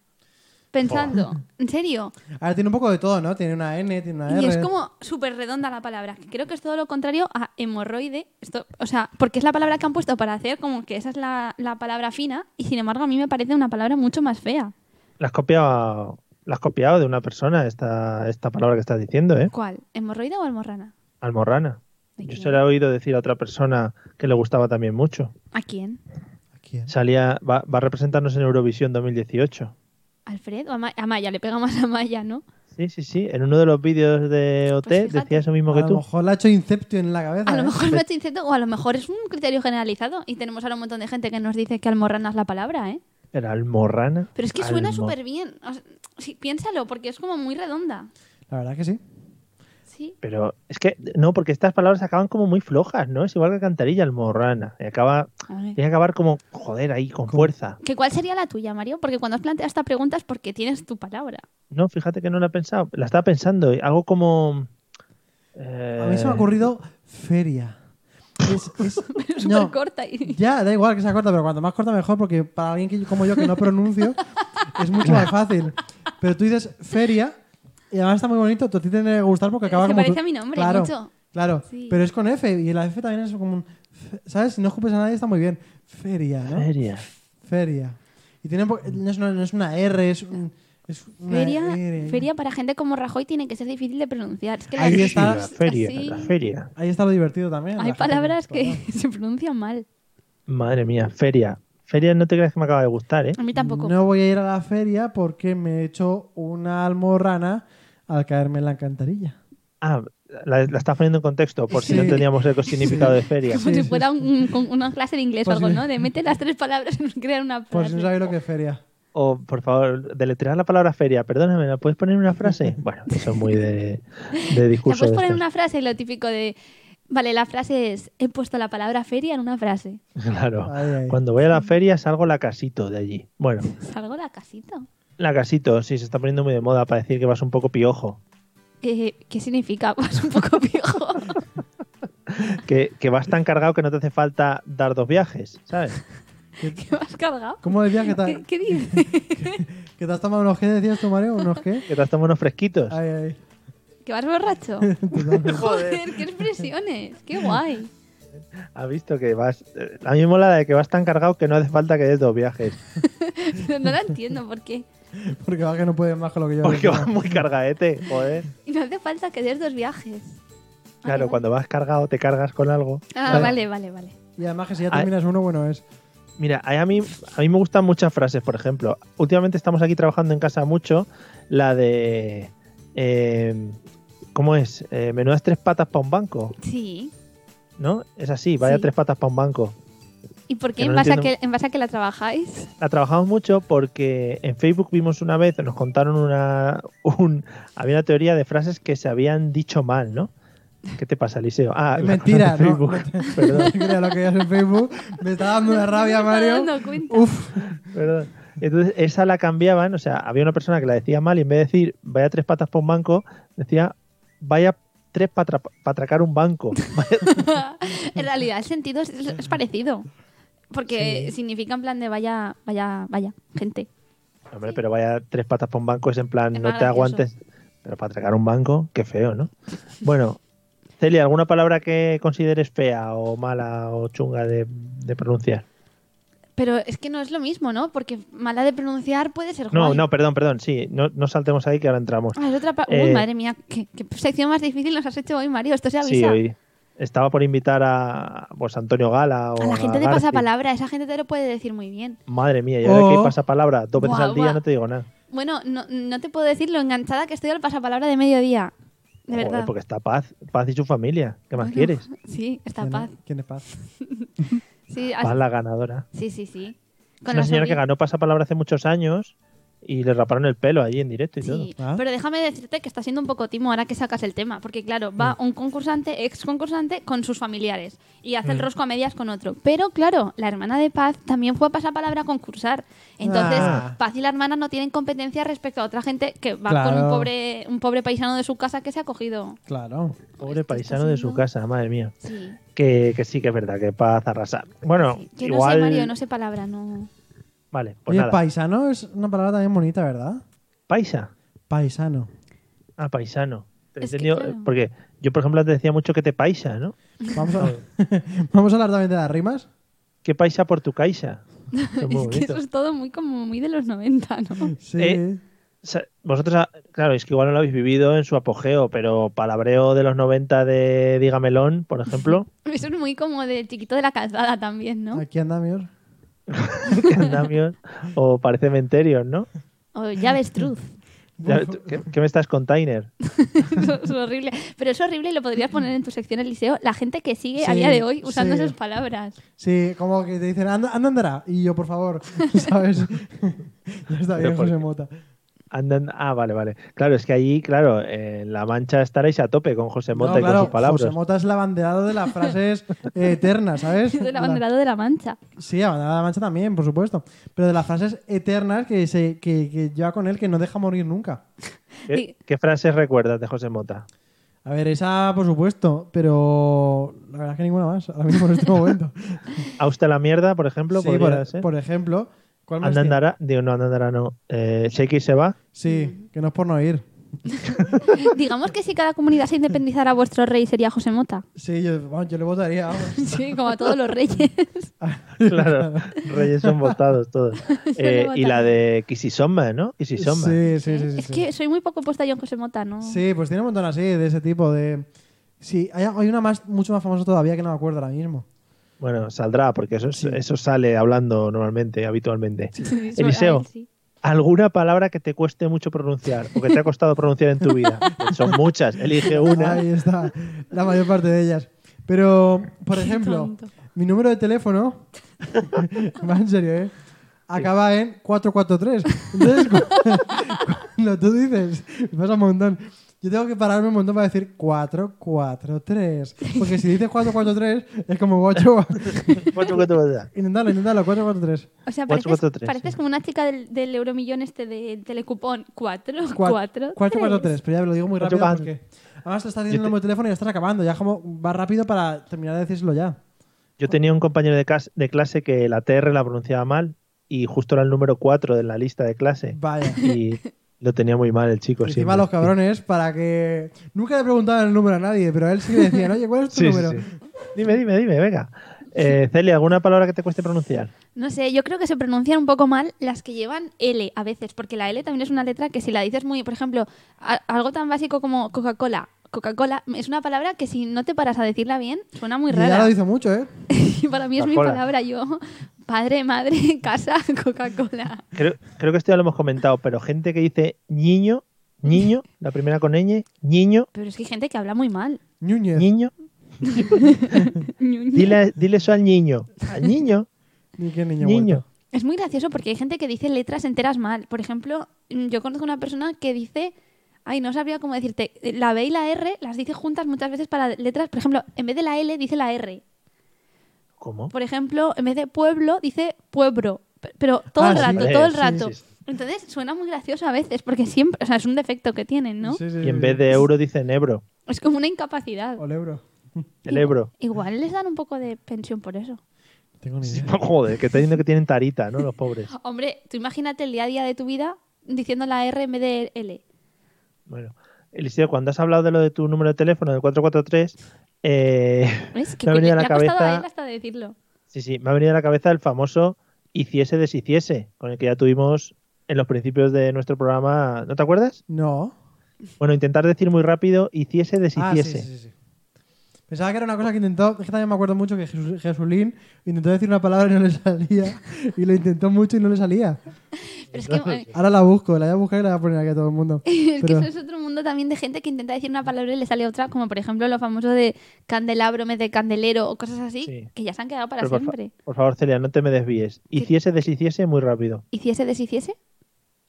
Speaker 4: Pensando, en serio.
Speaker 3: Ahora tiene un poco de todo, ¿no? Tiene una N, tiene una R.
Speaker 4: Y es como súper redonda la palabra. que Creo que es todo lo contrario a hemorroide. Esto, o sea, porque es la palabra que han puesto para hacer como que esa es la, la palabra fina, y sin embargo a mí me parece una palabra mucho más fea.
Speaker 1: La has copiado, la has copiado de una persona esta, esta palabra que estás diciendo, ¿eh?
Speaker 4: ¿Cuál? ¿Hemorroide o almorrana?
Speaker 1: Almorrana.
Speaker 4: Ay,
Speaker 1: Yo
Speaker 4: qué
Speaker 1: se la he oído decir a otra persona que le gustaba también mucho.
Speaker 4: ¿A quién?
Speaker 3: ¿eh? ¿A quién?
Speaker 1: Salía, va, va a representarnos en Eurovisión 2018.
Speaker 4: ¿Alfred o a Amaya? Amaya, le pega más a Amaya, ¿no?
Speaker 1: Sí, sí, sí. En uno de los vídeos de OT
Speaker 4: Pues fíjate.
Speaker 1: decía eso mismo
Speaker 3: A
Speaker 1: que
Speaker 3: lo
Speaker 1: tú.
Speaker 3: mejor le ha hecho Inceptio en la cabeza.
Speaker 4: A lo
Speaker 3: ¿eh?
Speaker 4: mejor me ha hecho incendio, o a lo mejor es un criterio generalizado y tenemos ahora un montón de gente que nos dice que almorrana es la palabra, ¿eh?
Speaker 1: Era almorrana.
Speaker 4: Pero es que suena
Speaker 1: Almo-
Speaker 4: súper bien. O sea, sí, piénsalo, porque es como muy redonda.
Speaker 3: La verdad que sí.
Speaker 4: Sí.
Speaker 1: Pero es que, no, porque estas palabras acaban como muy flojas, ¿no? Es igual que alcantarilla, almorrana. Y acaba,
Speaker 4: A ver.
Speaker 1: tiene que acabar como, joder, ahí, con
Speaker 3: Con-
Speaker 1: fuerza.
Speaker 4: ¿Que ¿Cuál sería la tuya, Mario? Porque cuando has planteado esta pregunta es porque tienes tu palabra.
Speaker 1: No, fíjate que no la he pensado. La estaba pensando. Algo como. eh,
Speaker 3: A mí se me ha ocurrido feria. Es, es-
Speaker 4: Pero
Speaker 3: no,
Speaker 4: súper corta y...
Speaker 3: Ya, da igual que sea corta, pero cuanto más corta mejor, porque para alguien que, como yo que no pronuncio, es mucho más fácil. Pero tú dices feria, y además está muy bonito, tú a ti te tiene que gustar porque acaba
Speaker 4: Se
Speaker 3: como. tú-
Speaker 4: parece a mi nombre,
Speaker 3: claro,
Speaker 4: mucho.
Speaker 3: Claro,
Speaker 4: Sí.
Speaker 3: pero es con F, y la F también es como un. fe- ¿Sabes? Si no escupes a nadie está muy bien. Feria, ¿no?
Speaker 1: Feria.
Speaker 3: Feria. Y tiene un po- no, es una, no es una R, es, un- es una
Speaker 4: Feria,
Speaker 3: R.
Speaker 4: feria para gente como Rajoy tiene que ser difícil de pronunciar. Es que
Speaker 3: Ahí
Speaker 4: las-
Speaker 1: Sí,
Speaker 3: está.
Speaker 1: la feria,
Speaker 4: así-
Speaker 1: la feria.
Speaker 3: Ahí está lo divertido también.
Speaker 4: Hay
Speaker 3: la gente
Speaker 4: palabras
Speaker 3: con-
Speaker 4: que se pronuncian mal.
Speaker 1: Madre mía, feria. Feria no te creas que me acaba de gustar, ¿eh?
Speaker 4: A mí tampoco.
Speaker 3: No voy a ir a la feria porque me he hecho una almorrana al caerme en la alcantarilla.
Speaker 1: Ah, la, la estás poniendo en contexto, por si no
Speaker 3: Sí.
Speaker 1: entendíamos el significado de feria.
Speaker 4: Como
Speaker 3: Sí,
Speaker 4: si
Speaker 3: sí,
Speaker 4: fuera un- con una clase de inglés
Speaker 3: Pues
Speaker 4: o algo,
Speaker 3: sí.
Speaker 4: ¿no? De mete las tres palabras en crear una frase.
Speaker 3: Por si Pues no sabéis lo que es feria.
Speaker 1: O, por favor, deletrear la palabra feria. Perdóname, ¿la puedes poner en una frase? Bueno, eso es muy de, de
Speaker 4: Le
Speaker 1: discurso.
Speaker 4: puedes
Speaker 1: de
Speaker 4: poner
Speaker 1: estos.
Speaker 4: una frase, lo típico de... Vale, la frase es, he puesto la palabra feria en una frase.
Speaker 1: Claro.
Speaker 3: Ahí, ahí.
Speaker 1: Cuando voy a la feria salgo la casito de allí. Bueno,
Speaker 4: Salgo de la casita.
Speaker 1: la casito, sí, se está poniendo muy de moda para decir que vas un poco piojo.
Speaker 4: Eh, ¿Qué significa? Pues un poco viejo.
Speaker 1: Que, que vas tan cargado que no te hace falta dar dos viajes, ¿sabes?
Speaker 4: ¿Qué me has cargado?
Speaker 3: ¿Cómo decías que
Speaker 4: ¿Qué,
Speaker 3: te,
Speaker 4: qué dices?
Speaker 3: que te has tomado unos qué decías tú, Mario? ¿Unos qué?
Speaker 1: Que te has tomado unos fresquitos.
Speaker 3: Ahí, ahí.
Speaker 4: ¿Que vas borracho?
Speaker 3: Totalmente.
Speaker 4: Joder, qué expresiones. Qué guay.
Speaker 1: Has visto que vas. eh, A mí me mola la de que vas tan cargado que no hace falta que des dos viajes.
Speaker 4: Pero no la entiendo por qué.
Speaker 3: Porque va que no puedes más con lo que yo.
Speaker 1: Porque
Speaker 3: digo.
Speaker 1: vas muy cargadete, joder.
Speaker 4: Y no hace falta que des dos viajes. Vale,
Speaker 1: Claro,
Speaker 4: vale.
Speaker 1: cuando vas cargado te cargas con algo.
Speaker 4: Ah, vale, vale, vale.
Speaker 3: Y además que si ya
Speaker 1: Ahí.
Speaker 3: terminas uno, bueno es.
Speaker 1: Mira, a a mí, a mí me gustan muchas frases, por ejemplo. Últimamente estamos aquí trabajando en casa mucho la de... eh, ¿Cómo es? Eh, menudas tres patas para un banco,
Speaker 4: Sí.
Speaker 1: ¿no? Es así, vaya
Speaker 4: Sí.
Speaker 1: tres patas para un banco.
Speaker 4: ¿Y por qué
Speaker 1: Que no
Speaker 4: en,
Speaker 1: lo
Speaker 4: base a que,
Speaker 1: entiendo.
Speaker 4: en base a que la trabajáis?
Speaker 1: La trabajamos mucho porque en Facebook vimos una vez, nos contaron una... Un, había una teoría de frases que se habían dicho mal, ¿no? ¿Qué te pasa, Eliseo? Ah,
Speaker 3: Es
Speaker 1: la
Speaker 3: mentira,
Speaker 1: cosa de
Speaker 3: ¿no?
Speaker 1: Facebook.
Speaker 3: No
Speaker 1: Perdón.
Speaker 3: te creas lo que veías en Facebook. Me está dando una rabia,
Speaker 4: No me estaba
Speaker 3: Mario.
Speaker 4: dando cuenta.
Speaker 3: Uf,
Speaker 1: ¿verdad? Entonces, esa la cambiaban, o sea, había una persona que la decía mal y en vez de decir vaya tres patas para un banco, decía vaya tres para atracar un banco.
Speaker 4: en realidad el sentido es, es parecido. Porque significa en plan de vaya, vaya, vaya, gente.
Speaker 1: Hombre, pero vaya tres patas para un banco es en plan,
Speaker 4: Es
Speaker 1: no
Speaker 4: más
Speaker 1: te
Speaker 4: gracioso.
Speaker 1: aguantes. Pero para atracar un banco, qué feo, ¿no? Bueno, Celia, ¿alguna palabra que consideres fea o mala o chunga de, de pronunciar?
Speaker 4: Pero es que no es lo mismo, ¿no? Porque mala de pronunciar puede ser
Speaker 1: No,
Speaker 4: guay.
Speaker 1: no, perdón, perdón, sí, no, no saltemos ahí que ahora entramos.
Speaker 4: Ah, es otra pa- Uy,
Speaker 1: Eh,
Speaker 4: madre mía, ¿qué, qué sección más difícil nos has hecho hoy, Mario. Esto se
Speaker 1: Sí,
Speaker 4: avisa.
Speaker 1: hoy, estaba por invitar a pues, Antonio Gala o
Speaker 4: A la gente de
Speaker 1: Garci.
Speaker 4: pasapalabra, esa gente te lo puede decir muy bien.
Speaker 1: Madre mía, y ahora
Speaker 3: O-
Speaker 1: que pasa palabra dos veces
Speaker 4: Guau,
Speaker 1: al día,
Speaker 4: guau.
Speaker 1: no te digo nada.
Speaker 4: Bueno, no, no te puedo decir lo enganchada que estoy al pasapalabra de mediodía. De
Speaker 1: Joder,
Speaker 4: verdad.
Speaker 1: porque está Paz, Paz y su familia. ¿Qué más
Speaker 4: Bueno,
Speaker 1: quieres?
Speaker 4: Sí, está
Speaker 3: ¿Quién,
Speaker 4: paz.
Speaker 3: ¿Quién es Paz?
Speaker 4: Sí, as-
Speaker 1: Paz la ganadora.
Speaker 4: sí, sí, sí.
Speaker 1: Es
Speaker 4: Con
Speaker 1: una
Speaker 4: la
Speaker 1: señora que
Speaker 4: sobrina.
Speaker 1: ganó pasapalabra hace muchos años y le raparon el pelo allí en directo y todo.
Speaker 4: Sí,
Speaker 3: Ah.
Speaker 4: pero déjame decirte que está siendo un poco timo ahora que sacas el tema, porque claro,
Speaker 3: Mm.
Speaker 4: va un concursante, ex concursante, con sus familiares y
Speaker 3: Mm.
Speaker 4: hace el rosco a medias con otro. Pero claro, la hermana de Paz también fue a pasapalabra a concursar. Entonces,
Speaker 3: Ah.
Speaker 4: Paz y la hermana no tienen competencia respecto a otra gente que va con
Speaker 3: Claro.
Speaker 4: un pobre, un pobre paisano de su casa que se ha cogido.
Speaker 3: Claro.
Speaker 1: Pobre
Speaker 4: está
Speaker 1: paisano de su
Speaker 4: siendo-
Speaker 1: casa, madre mía.
Speaker 4: Sí.
Speaker 1: Que, que sí, que es verdad, que Paz arrasa. Bueno,
Speaker 4: sí. Yo
Speaker 1: igual.
Speaker 4: no sé, Mario, no sé palabra, no.
Speaker 1: Vale, pues
Speaker 3: Oye,
Speaker 1: nada.
Speaker 3: paisano es una palabra también bonita, ¿verdad?
Speaker 1: Paisa.
Speaker 3: Paisano.
Speaker 1: Ah, paisano. ¿Te he
Speaker 4: Es que
Speaker 1: entendido?
Speaker 4: claro.
Speaker 1: Porque yo, por ejemplo, te decía mucho que te paisa, ¿no?
Speaker 3: Vamos a, vamos a hablar también de las rimas.
Speaker 1: ¿Qué paisa por tu caixa? Eso es muy
Speaker 4: es que
Speaker 1: bonito.
Speaker 4: eso es todo muy como muy de los 90, ¿no?
Speaker 3: Sí.
Speaker 1: Eh, O sea, Vosotros, ah, claro, es que igual no lo habéis vivido en su apogeo, pero palabreo de los 90 de Digamelón, por ejemplo,
Speaker 4: Eso es muy como del chiquito de la calzada también, ¿no?
Speaker 3: Aquí andamos.
Speaker 1: que andamios, o parece menterios, ¿no?
Speaker 4: O llaves truth.
Speaker 1: Ya, tú- ¿Qué, qué me estás, container?
Speaker 4: Eso es horrible. Pero es horrible y lo podrías poner en tu sección Eliseo. La gente que sigue a
Speaker 3: Sí,
Speaker 4: día de hoy usando
Speaker 3: sí.
Speaker 4: esas palabras.
Speaker 3: Sí, como que te dicen, anda, anda, andará. Y yo, por favor, ¿sabes? ya está bien,
Speaker 1: Pero pues, ¿por
Speaker 3: José
Speaker 1: qué?
Speaker 3: Mota.
Speaker 1: Andan, ah, vale, vale. Claro, es que allí, claro, en La Mancha estaréis a tope con José Mota
Speaker 3: No,
Speaker 1: y
Speaker 3: claro,
Speaker 1: con sus palabras.
Speaker 3: José Mota es la abanderado de las frases eh, eternas, ¿sabes?
Speaker 4: Es el
Speaker 3: La-
Speaker 4: abanderado de la mancha.
Speaker 3: Sí, abanderado de la mancha también, por supuesto. Pero de las frases eternas que, se, que, que lleva con él, que no deja morir nunca.
Speaker 1: ¿Qué, qué frases recuerdas de José Mota?
Speaker 3: A ver, esa, por supuesto, pero la verdad es que ninguna más, ahora mismo en este momento.
Speaker 1: ¿A usted la mierda, por ejemplo?
Speaker 3: Sí,
Speaker 1: podría
Speaker 3: por,
Speaker 1: ser?
Speaker 3: por ejemplo, ¿cuál más
Speaker 1: Anda,
Speaker 3: tiene?
Speaker 1: andará, digo, no, anda, andará, no. Eh, Shakey se va.
Speaker 3: Sí, que no es por no ir.
Speaker 4: Digamos que si cada comunidad se independizara vuestro rey sería José Mota.
Speaker 3: Sí, yo, bueno, yo le votaría. vamos.
Speaker 4: Sí, como a todos los reyes.
Speaker 1: Claro, reyes son votados todos. Eh, y
Speaker 4: votaría.
Speaker 1: la de Kisisomba, ¿no? Kisisomba.
Speaker 3: Sí, sí, sí. sí,
Speaker 4: es
Speaker 3: sí.
Speaker 4: que soy muy poco puesta yo en José Mota, ¿no?
Speaker 3: Sí, pues tiene un montón así, de ese tipo de... Sí, hay, hay una más, mucho más famosa todavía que no me acuerdo ahora mismo.
Speaker 1: Bueno, saldrá, porque eso, es-
Speaker 3: Sí.
Speaker 1: eso sale hablando normalmente, habitualmente.
Speaker 4: Sí, sí, a
Speaker 1: Eliseo,
Speaker 4: él sí.
Speaker 1: ¿alguna palabra que te cueste mucho pronunciar o que te ha costado pronunciar en tu vida? Pues son muchas, elige una.
Speaker 3: Ahí está, la mayor parte de ellas. Pero, por ejemplo,
Speaker 4: tonto.
Speaker 3: mi número de teléfono, va en serio, ¿eh? Acaba en 443. Entonces, cu- cuando tú dices, me pasa un montón. Yo tengo que pararme un montón para decir 443. Porque si dices 443, es como guacho.
Speaker 1: Cuatro, cuatro, cuatro.
Speaker 3: Intentalo, intentalo, 443.
Speaker 4: O
Speaker 1: Cuatro,
Speaker 4: sea, pareces,
Speaker 1: cuatro, tres,
Speaker 4: pareces
Speaker 1: sí.
Speaker 4: como una chica del, del euromillón este de telecupón. Cuatro,
Speaker 3: Cua-
Speaker 4: cuatro,
Speaker 3: 443, pero ya lo digo muy
Speaker 1: Cuatro,
Speaker 3: rápido
Speaker 1: cuatro.
Speaker 3: porque además te estás
Speaker 1: Yo
Speaker 3: diciendo
Speaker 1: te-
Speaker 3: el teléfono y ya estás acabando, ya como va rápido para terminar de decírselo ya.
Speaker 1: Yo tenía un compañero de, cas- de clase que la TR la pronunciaba mal y justo era el número 4 de la lista de clase.
Speaker 3: Vaya.
Speaker 1: Y lo tenía muy mal el chico.
Speaker 3: Y
Speaker 1: siempre.
Speaker 3: Encima los cabrones para que nunca le preguntaban el número a nadie, pero a él sí le decían, "Oye, ¿cuál es tu
Speaker 1: Sí, sí,
Speaker 3: número?"
Speaker 1: sí. Dime, dime, dime, venga. Eh, Celia, ¿alguna palabra que te cueste pronunciar?
Speaker 4: No sé, yo creo que se pronuncian un poco mal las que llevan L a veces, porque la L también es una letra que si la dices muy, por ejemplo, a- algo tan básico como Coca-Cola. Coca-Cola es una palabra que si no te paras a decirla bien, suena muy
Speaker 3: Y ya lo
Speaker 4: rara.
Speaker 3: dice mucho, ¿eh?
Speaker 4: Y para mí es mi
Speaker 1: Coca-Cola.
Speaker 4: palabra, yo, padre, madre, casa, Coca-Cola.
Speaker 1: Creo, creo que esto ya lo hemos comentado, pero gente que dice niño, niño, la primera con ñ, niño,
Speaker 4: Pero es que hay gente que habla muy mal.
Speaker 3: Núñez.
Speaker 1: niño, dile, dile eso al niño, al niño,
Speaker 3: Ni qué niño.
Speaker 1: niño.
Speaker 4: Es muy gracioso porque hay gente que dice letras enteras mal. Por ejemplo, mm, yo conozco una persona que dice, ay, no sabría cómo decirte, la B y la R las dice juntas muchas veces para letras, por ejemplo, en vez de la L dice la R.
Speaker 1: ¿Cómo?
Speaker 4: Por ejemplo, en vez de pueblo, dice pueblo. Pe- Pero todo
Speaker 3: Ah,
Speaker 4: el
Speaker 3: sí.
Speaker 4: rato,
Speaker 1: Eh,
Speaker 4: todo el
Speaker 1: sí,
Speaker 4: rato.
Speaker 1: sí, sí.
Speaker 4: Entonces suena muy gracioso a veces, porque siempre, o sea, es un defecto que tienen, ¿no?
Speaker 3: Sí, sí,
Speaker 1: Y en
Speaker 3: sí.
Speaker 1: vez de euro dicen ebro,
Speaker 4: Es como una incapacidad.
Speaker 3: o el euro.
Speaker 1: el ebro.
Speaker 4: Igual les dan un poco de pensión por eso.
Speaker 3: No tengo ni idea.
Speaker 1: pues, Joder, que está diciendo que tienen tarita, ¿no? Los pobres.
Speaker 4: Hombre, tú imagínate el día a día de tu vida diciendo la R en vez de L.
Speaker 1: Bueno, Eliseo, cuando has hablado de lo de tu número de teléfono, del 443, eh,
Speaker 4: ¿Ves? Que
Speaker 1: me ha
Speaker 4: que le,
Speaker 1: venido a la
Speaker 4: ha costado a él
Speaker 1: cabeza,
Speaker 4: hasta decirlo.
Speaker 1: sí, sí, me ha venido a la cabeza el famoso hiciese deshiciese, con el que ya tuvimos en los principios de nuestro programa, ¿no te acuerdas?
Speaker 3: No.
Speaker 1: Bueno, intentar decir muy rápido hiciese
Speaker 3: Ah, sí,
Speaker 1: deshiciese.
Speaker 3: sí, sí. Pensaba que era una cosa que intentó. Es que también me acuerdo mucho que Jesús- Jesulín intentó decir una palabra y no le salía. Y lo intentó mucho y no le salía.
Speaker 4: Pero es que, eh,
Speaker 3: Ahora la busco, la voy a buscar y la voy a poner aquí a todo el mundo.
Speaker 4: es que
Speaker 3: Pero-
Speaker 4: eso es otro mundo también de gente que intenta decir una palabra y le sale otra, como por ejemplo lo famoso de candelabro, me de candelero o cosas así,
Speaker 1: Sí.
Speaker 4: que ya se han quedado para
Speaker 1: Pero por, fa-
Speaker 4: siempre.
Speaker 1: por favor, Celia, no te me desvíes. Hiciese, deshiciese muy rápido.
Speaker 4: Hiciese, deshiciese,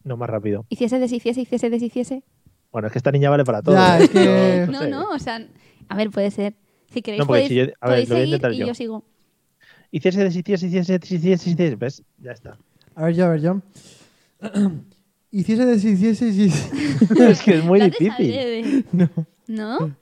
Speaker 1: No más rápido.
Speaker 4: hiciese, deshiciese, hiciese, deshiciese.
Speaker 1: Bueno, es que esta niña vale para todo.
Speaker 3: Ya,
Speaker 1: ¿eh?
Speaker 3: es que-
Speaker 1: Yo
Speaker 4: No,
Speaker 1: sé.
Speaker 4: no, o sea, a ver, puede ser. Si queréis,
Speaker 1: No, porque
Speaker 4: podéis,
Speaker 1: si yo- a ver,
Speaker 4: podéis
Speaker 1: lo voy a
Speaker 4: seguir
Speaker 1: intentar
Speaker 4: y
Speaker 1: yo.
Speaker 4: yo sigo.
Speaker 1: Hiciese, deshiciese, hiciese, deshiciese, hiciese. ¿Ves? Ya está.
Speaker 3: A ver, yo, a ver, yo. Hiciese, deshiciese, hiciese-
Speaker 1: es que es muy
Speaker 4: Lo haces
Speaker 1: difícil.
Speaker 4: adrede.
Speaker 3: No.
Speaker 4: ¿No?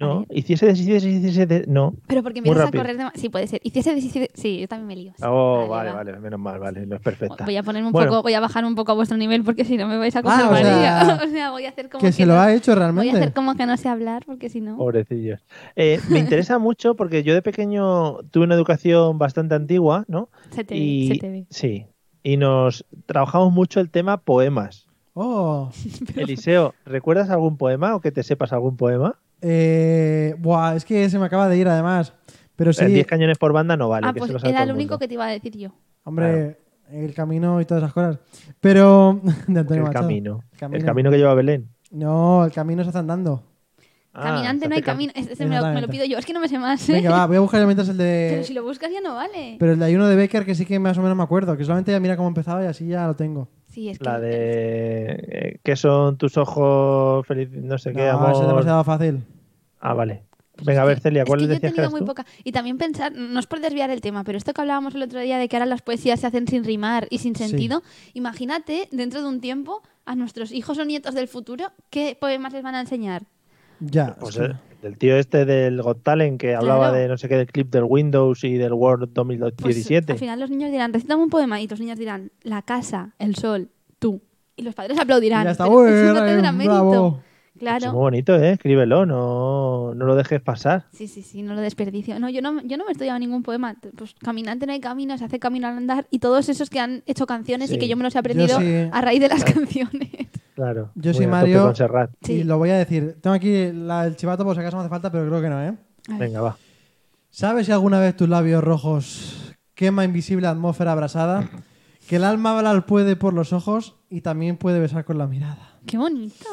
Speaker 1: No, hiciese, deshiciese, hiciese. de- No.
Speaker 4: Pero porque
Speaker 1: Muy
Speaker 4: empiezas a
Speaker 1: rápido.
Speaker 4: correr de... Sí, puede ser. Hiciese, deshiciese... Sí, yo también me lío. sí.
Speaker 1: Oh, vale, vale, menos mal, vale, no es perfecta.
Speaker 4: Voy a ponerme un
Speaker 1: Bueno.
Speaker 4: poco, voy a bajar un poco a vuestro nivel porque si no me vais a coger
Speaker 3: Ah, o
Speaker 4: manía.
Speaker 3: sea,
Speaker 4: O sea, voy a hacer como
Speaker 3: Que se lo
Speaker 4: no-
Speaker 3: ha hecho
Speaker 4: Voy a
Speaker 3: realmente.
Speaker 4: hacer como que no sé hablar porque si
Speaker 1: Oh,
Speaker 4: no.
Speaker 1: Pobrecillos. Eh, me interesa mucho porque yo de pequeño tuve una educación bastante antigua, ¿no?
Speaker 4: Se te,
Speaker 1: y,
Speaker 4: ve, se te ve.
Speaker 1: Sí. Y nos trabajamos mucho el tema poemas.
Speaker 3: Oh.
Speaker 1: Eliseo, ¿recuerdas algún poema o que te sepas algún poema?
Speaker 3: Eh, buah, es que se me acaba de ir además. Pero
Speaker 1: Eh,
Speaker 3: Pues sí,
Speaker 1: 10 cañones por banda no vale.
Speaker 4: ah,
Speaker 1: que
Speaker 4: pues
Speaker 1: se lo sabe
Speaker 4: era
Speaker 1: todo
Speaker 4: lo único
Speaker 1: mundo.
Speaker 4: que te iba a decir yo.
Speaker 3: hombre, el camino y todas esas cosas. Pero. de Antonio
Speaker 1: El
Speaker 3: Machado.
Speaker 1: camino.
Speaker 3: El
Speaker 1: El camino que lleva a Belén.
Speaker 3: No, el camino se hace andando.
Speaker 1: Ah,
Speaker 4: Caminante
Speaker 1: se
Speaker 4: no hay
Speaker 1: hace cam-
Speaker 4: camino. Ese me, lo, me lo
Speaker 3: Exactamente.
Speaker 4: pido yo. Es que no me sé más. ¿eh?
Speaker 3: Venga, va, voy a buscar yo mientras el
Speaker 4: Pero si
Speaker 3: de.
Speaker 4: lo buscas ya no vale.
Speaker 3: Pero el de ayuno de Becker, que sí que más o menos me acuerdo. Que solamente ya mira cómo empezaba y así ya lo tengo.
Speaker 4: Sí, es que
Speaker 1: La de. eh, ¿Qué son tus ojos feliz? No sé qué,
Speaker 3: No, eso es
Speaker 1: amor.
Speaker 3: demasiado fácil.
Speaker 1: Ah, vale. Venga, a ver, Celia, ¿cuál
Speaker 4: Pues es que yo he
Speaker 1: decías que
Speaker 4: tenido
Speaker 1: eras
Speaker 4: muy
Speaker 1: tú?
Speaker 4: poca. Y también pensar, no es por desviar el tema, pero esto que hablábamos el otro día de que ahora las poesías se hacen sin rimar y sin
Speaker 3: Sí.
Speaker 4: sentido, imagínate dentro de un tiempo a nuestros hijos o nietos del futuro qué poemas les van a enseñar.
Speaker 3: Ya.
Speaker 1: Pues
Speaker 3: es que-
Speaker 1: el, del tío este del Got Talent que hablaba
Speaker 4: Claro.
Speaker 1: de no sé qué del clip del Windows y del Word
Speaker 4: Pues
Speaker 1: 2017.
Speaker 4: al final los niños dirán, recítame un poema y los niños dirán, la casa, el sol, tú. Y los padres aplaudirán.
Speaker 3: Ya está,
Speaker 4: pero
Speaker 3: "Ué,
Speaker 4: eso no
Speaker 1: eh,
Speaker 4: tendrá
Speaker 3: bravo".
Speaker 4: mérito.
Speaker 1: Es
Speaker 4: Claro.
Speaker 1: muy bonito, ¿eh? Escríbelo, no, no lo dejes pasar.
Speaker 4: Sí, sí, sí, no lo desperdicio. No, yo no, yo no me he estudiado ningún poema. Pues caminante no hay camino, se hace camino al andar. Y todos esos que han hecho canciones
Speaker 1: Sí.
Speaker 4: y que yo me los he
Speaker 3: Yo
Speaker 4: aprendido
Speaker 3: sí.
Speaker 4: a raíz de las canciones.
Speaker 1: Claro.
Speaker 3: Yo
Speaker 1: muy
Speaker 3: soy
Speaker 1: a tope
Speaker 3: Mario.
Speaker 1: con Serrat.
Speaker 4: Sí.
Speaker 3: Y lo voy a decir. Tengo aquí la- el chivato por si acaso me hace falta, pero creo que no, ¿eh?
Speaker 4: A ver.
Speaker 1: Venga, va.
Speaker 3: ¿Sabes si alguna vez tus labios rojos quema invisible atmósfera abrasada? Que el alma hablar puede por los ojos y también puede besar con la mirada.
Speaker 4: Qué bonito.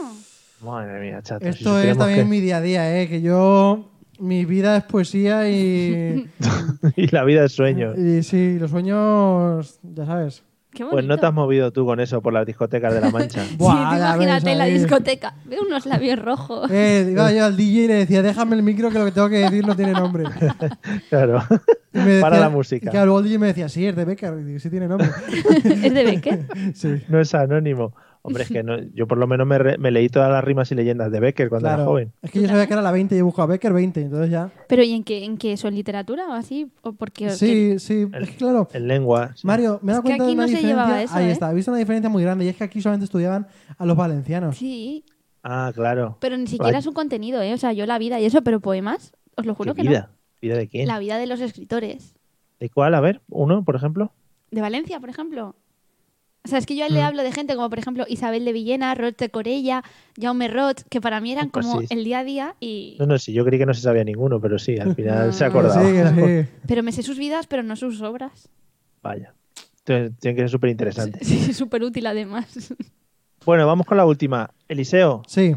Speaker 1: Madre mía, chato. si
Speaker 3: Esto es
Speaker 1: supiéramos
Speaker 3: también mi
Speaker 1: que-
Speaker 3: día a día, ¿eh? Que yo... Mi vida es poesía y...
Speaker 1: y la vida es sueño.
Speaker 3: y sí, los sueños... Ya sabes.
Speaker 4: Qué bonito.
Speaker 1: Pues no te has movido tú con eso por las discotecas de La Mancha.
Speaker 3: Buah,
Speaker 4: sí, tú
Speaker 3: ya ves,
Speaker 4: imagínate en la
Speaker 3: ahí.
Speaker 4: discoteca. Veo unos labios rojos.
Speaker 3: Eh, iba yo al DJ y le decía, déjame el micro que lo que tengo que decir no tiene nombre.
Speaker 1: claro.
Speaker 3: Y me
Speaker 1: Para
Speaker 3: decía-
Speaker 1: la música.
Speaker 3: Y claro, luego el DJ me decía, sí, es de Becker. Y digo, sí tiene nombre.
Speaker 4: ¿Es de Becker?
Speaker 3: sí.
Speaker 1: No es anónimo. Hombre, es que no, yo por lo menos me, re- me leí todas las rimas y leyendas de Becker cuando
Speaker 3: Claro.
Speaker 1: era joven.
Speaker 3: Es que yo sabía que era la 20 y he buscado Becker 20, entonces ya...
Speaker 4: ¿Pero y en qué? ¿En qué? ¿Eso en literatura o así? ¿O porque,
Speaker 3: Sí, sí,
Speaker 1: El-
Speaker 3: es que claro.
Speaker 1: En lengua. sí.
Speaker 3: Mario, me he dado
Speaker 4: Es que
Speaker 3: cuenta de
Speaker 4: aquí
Speaker 3: una
Speaker 4: no se
Speaker 3: diferencia.
Speaker 4: llevaba eso,
Speaker 3: Ahí
Speaker 4: ¿eh?
Speaker 3: está, he visto una diferencia muy grande y es que aquí solamente estudiaban a los valencianos.
Speaker 4: Sí,
Speaker 1: Ah, claro.
Speaker 4: pero ni siquiera
Speaker 1: Ay,
Speaker 4: su contenido, ¿eh? O sea, yo la vida y eso, pero poemas, os lo juro
Speaker 1: ¿qué
Speaker 4: que
Speaker 1: vida? ¿Vida de
Speaker 4: no.
Speaker 1: quién?
Speaker 4: La vida de los escritores.
Speaker 1: ¿De cuál? A ver, uno, por ejemplo.
Speaker 4: De Valencia, por ejemplo. O sea, es que yo
Speaker 3: Mm.
Speaker 4: le hablo de gente como, por ejemplo, Isabel de Villena, Roth de Corella, Jaume Roth, que para mí eran
Speaker 1: Pues
Speaker 4: como
Speaker 1: sí.
Speaker 4: el día a día y...
Speaker 1: No, no, sí, yo creí que no se sabía ninguno, pero sí, al final se acordaba.
Speaker 3: Ah, Sí, que sí.
Speaker 4: Pero me sé sus vidas, pero no sus obras.
Speaker 1: Vaya. Entonces, Tiene que ser súper interesante.
Speaker 4: Sí, súper útil además.
Speaker 1: Bueno, vamos con la última. Eliseo,
Speaker 3: Sí.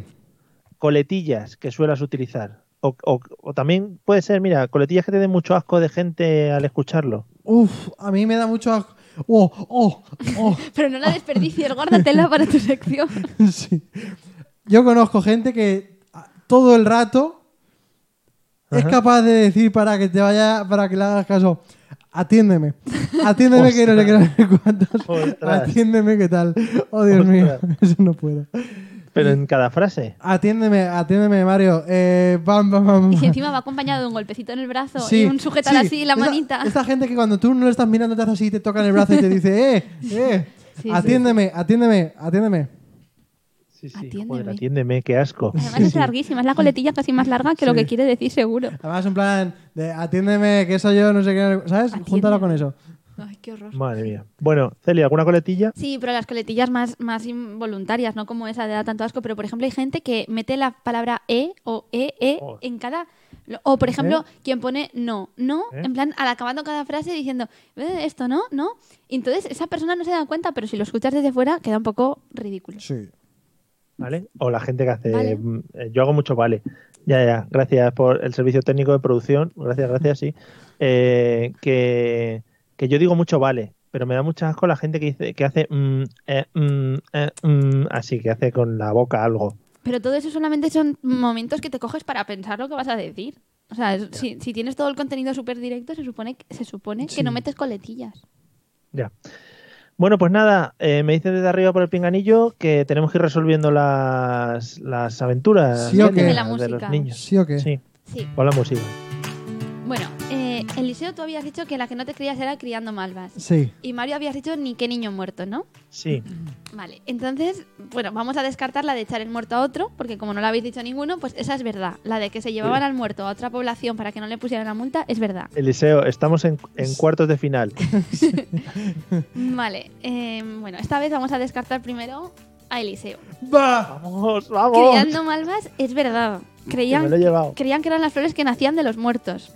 Speaker 1: coletillas que suelas utilizar. O, o- o también puede ser, mira, coletillas que te den mucho asco de gente al escucharlo.
Speaker 3: Uf, a mí me da mucho... asco. Oh, oh, oh.
Speaker 4: Pero no la desperdicies, guárdatela para tu sección.
Speaker 3: sí. Yo conozco gente que a- todo el rato es capaz de decir para que te vaya, para que le hagas caso. Atiéndeme. Atiéndeme que no sé qué, no sé cuántos.
Speaker 1: Ostras.
Speaker 3: Atiéndeme qué tal. Oh, Dios mío. Eso no puedo.
Speaker 1: Pero en cada frase.
Speaker 3: Atiéndeme, atiéndeme, Mario. Eh, bam, bam, bam.
Speaker 4: Y
Speaker 3: bam.
Speaker 4: encima va acompañado de un golpecito en el brazo
Speaker 3: Sí,
Speaker 4: y un sujetar
Speaker 3: sí.
Speaker 4: así la
Speaker 3: Esa-
Speaker 4: manita.
Speaker 3: Esta gente que cuando tú no le estás mirando te hace así, te tocan el brazo y te dice, eh, eh,
Speaker 4: Sí,
Speaker 3: atiéndeme, atiéndeme, atiéndeme.
Speaker 1: Sí, sí,
Speaker 4: Atiéndeme.
Speaker 1: joder, atiéndeme, qué asco.
Speaker 4: Además es larguísima, es la coletilla casi más larga que lo que quiere decir seguro.
Speaker 3: Además, en plan, de, atiéndeme, que soy yo, no sé qué, ¿sabes?
Speaker 4: Atiéndeme.
Speaker 3: Júntalo con eso.
Speaker 4: Ay, qué horror.
Speaker 1: Madre mía. Bueno, Celia, ¿alguna coletilla?
Speaker 4: Sí, pero las coletillas más, más involuntarias, no como esa de da tanto asco. Pero, por ejemplo, hay gente que mete la palabra E o EE
Speaker 1: Oh.
Speaker 4: en cada Lo- O, por ejemplo, quien pone no, no,
Speaker 1: ¿Eh?
Speaker 4: en plan, al acabando cada frase diciendo, "Eh, esto no, no. Y entonces esa persona no se da cuenta, pero si lo escuchas desde fuera queda un poco ridículo.
Speaker 3: Sí.
Speaker 1: ¿Vale? O la gente que hace.
Speaker 4: Vale.
Speaker 1: mm, eh, Yo hago mucho vale. Ya, ya. Gracias por el servicio técnico de producción. Gracias, gracias, sí. Eh, que, que yo digo mucho vale, pero me da mucha asco la gente que dice que hace. mm, eh, mm, eh, mm, así que hace con la boca algo.
Speaker 4: Pero todo eso solamente son momentos que te coges para pensar lo que vas a decir. O sea, es- si, si tienes todo el contenido súper directo, se supone, que- se supone que no metes coletillas.
Speaker 1: Ya. Bueno, pues nada, eh, me dicen desde arriba por el pinganillo que tenemos que ir resolviendo las, las aventuras
Speaker 3: Sí, ¿o qué?
Speaker 1: de,
Speaker 3: De la
Speaker 1: los
Speaker 4: música.
Speaker 1: niños.
Speaker 3: ¿Sí o qué?
Speaker 1: Sí,
Speaker 4: Sí.
Speaker 1: con la música.
Speaker 4: Bueno, eh, Eliseo, tú habías dicho que la que no te creías era criando malvas.
Speaker 3: Sí.
Speaker 4: Y Mario habías dicho ni qué niño muerto, ¿no?
Speaker 1: Sí,
Speaker 4: Vale, entonces, bueno, vamos a descartar la de echar el muerto a otro, porque como no la habéis dicho ninguno, pues esa es verdad. La de que se llevaban al muerto a otra población para que no le pusieran la multa es verdad.
Speaker 1: Eliseo, estamos en, en cuartos de final.
Speaker 4: Vale, eh, bueno, esta vez vamos a descartar primero a Eliseo.
Speaker 3: ¡Bah!
Speaker 1: Vamos, vamos.
Speaker 4: Criando malvas es verdad.
Speaker 1: Oh. Que me lo he
Speaker 4: Creían,
Speaker 1: llevado.
Speaker 4: creían que eran las flores que nacían de los muertos.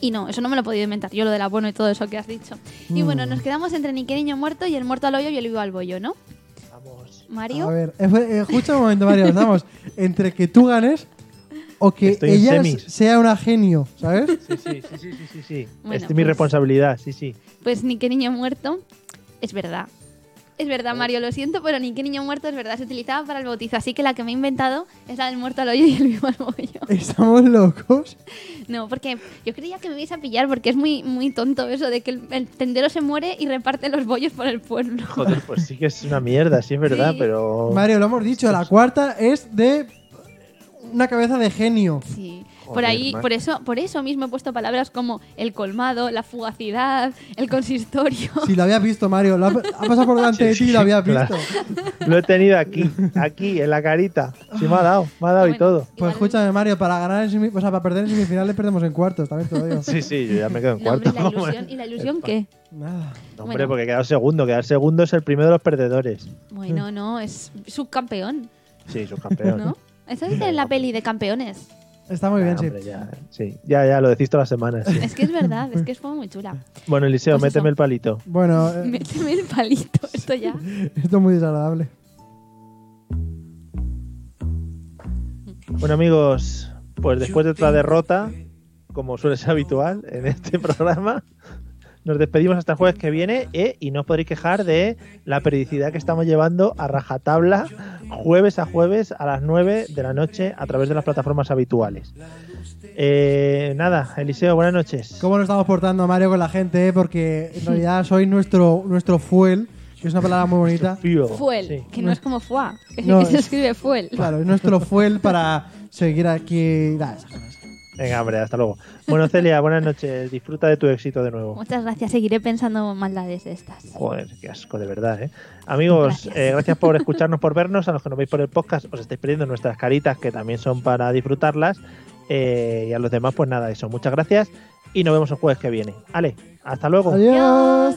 Speaker 4: Y no, eso no me lo he podido inventar yo, lo del abono y todo eso que has dicho. Y bueno,
Speaker 3: Mm.
Speaker 4: nos quedamos entre ni qué niño muerto y el muerto al hoyo y el vivo al bollo, ¿no?
Speaker 1: Vamos.
Speaker 4: Mario.
Speaker 3: A ver, eh, fue- eh, escucha un momento, Mario. Estamos entre que tú ganes o que
Speaker 1: Estoy en
Speaker 3: ella
Speaker 1: semis.
Speaker 3: sea una genio, ¿sabes?
Speaker 1: Sí, sí, sí, sí, sí, sí. sí.
Speaker 4: Bueno,
Speaker 1: es mi
Speaker 4: pues-
Speaker 1: responsabilidad, sí, sí.
Speaker 4: Pues ni qué niño muerto, es verdad. Es verdad, Mario, lo siento, pero ni qué niño muerto es verdad. Se utilizaba para el bautizo, así que la que me he inventado es la del muerto al hoyo y el vivo al bollo.
Speaker 3: Estamos locos.
Speaker 4: No, porque yo creía que me ibais a pillar porque es muy, muy tonto eso de que el, el tendero se muere y reparte los bollos por el pueblo.
Speaker 1: Joder, pues sí que es una mierda, sí es verdad,
Speaker 4: Sí.
Speaker 1: pero.
Speaker 3: Mario, lo hemos dicho, la cuarta es de una cabeza de genio.
Speaker 4: Sí, por
Speaker 1: Joder,
Speaker 4: ahí,
Speaker 1: Mar-
Speaker 4: por eso, por eso mismo he puesto palabras como el colmado, la fugacidad, el consistorio.
Speaker 3: Si lo habías visto, Mario, lo ha, ha pasado por delante de ti y lo habías visto. Pues
Speaker 1: Claro. Lo he tenido aquí, aquí, en la carita. Sí, me ha dado, me ha dado y
Speaker 4: Bueno,
Speaker 1: todo.
Speaker 3: Pues
Speaker 4: igualmente-
Speaker 3: escúchame, Mario, para ganar en semi- o sea, para perder en semifinales perdemos en cuartos, también te lo digo.
Speaker 1: Sí, sí, yo ya me quedo en
Speaker 4: No, hombre,
Speaker 1: cuarto.
Speaker 4: la ilusión, ¿y la ilusión qué?
Speaker 3: Nada.
Speaker 1: No, hombre,
Speaker 4: Bueno.
Speaker 1: porque quedar segundo, quedar segundo es el primero de los perdedores.
Speaker 4: Bueno, no, es subcampeón,
Speaker 1: Sí, subcampeón.
Speaker 4: ¿no? Eso dice en la peli de campeones.
Speaker 3: Está muy
Speaker 1: Ah,
Speaker 3: bien,
Speaker 1: hombre,
Speaker 3: sí.
Speaker 1: ya, sí. ya, ya, lo decís todas las semanas. sí.
Speaker 4: Es que es verdad, es que es como muy chula.
Speaker 1: Bueno, Eliseo,
Speaker 4: Pues eso.
Speaker 1: méteme el palito.
Speaker 3: Bueno, eh,
Speaker 4: Méteme el palito, esto ya.
Speaker 3: esto es muy desagradable.
Speaker 1: Bueno, amigos, pues después de otra derrota, como suele ser habitual en este programa, nos despedimos hasta el jueves que viene ¿eh? y no os podréis quejar de la periodicidad que estamos llevando a rajatabla jueves a jueves a las 9 de la noche a través de las plataformas habituales. Eh, nada, Eliseo, buenas noches.
Speaker 3: ¿Cómo nos estamos portando, Mario, con la gente? eh? Porque en realidad sois nuestro, nuestro fuel, que es una palabra muy bonita.
Speaker 1: Fío,
Speaker 4: Fuel,
Speaker 1: sí.
Speaker 4: que no es como fuá, que
Speaker 3: No,
Speaker 4: se
Speaker 3: es-
Speaker 4: escribe fuel.
Speaker 3: Claro, es nuestro fuel para seguir aquí. Nada, esas cosas.
Speaker 1: Venga, hombre, hasta luego. Bueno, Celia, buenas noches. Disfruta de tu éxito de nuevo.
Speaker 4: Muchas gracias, seguiré pensando maldades de estas.
Speaker 1: Joder, qué asco, de verdad, ¿eh? Amigos, eh,
Speaker 4: Gracias.
Speaker 1: gracias, por escucharnos, por vernos. A los que nos veis por el podcast, os estáis perdiendo nuestras caritas, que también son para disfrutarlas. Eh, y a los demás, pues nada, eso. Muchas gracias y nos vemos el jueves que viene. Ale, hasta luego.
Speaker 3: Adiós.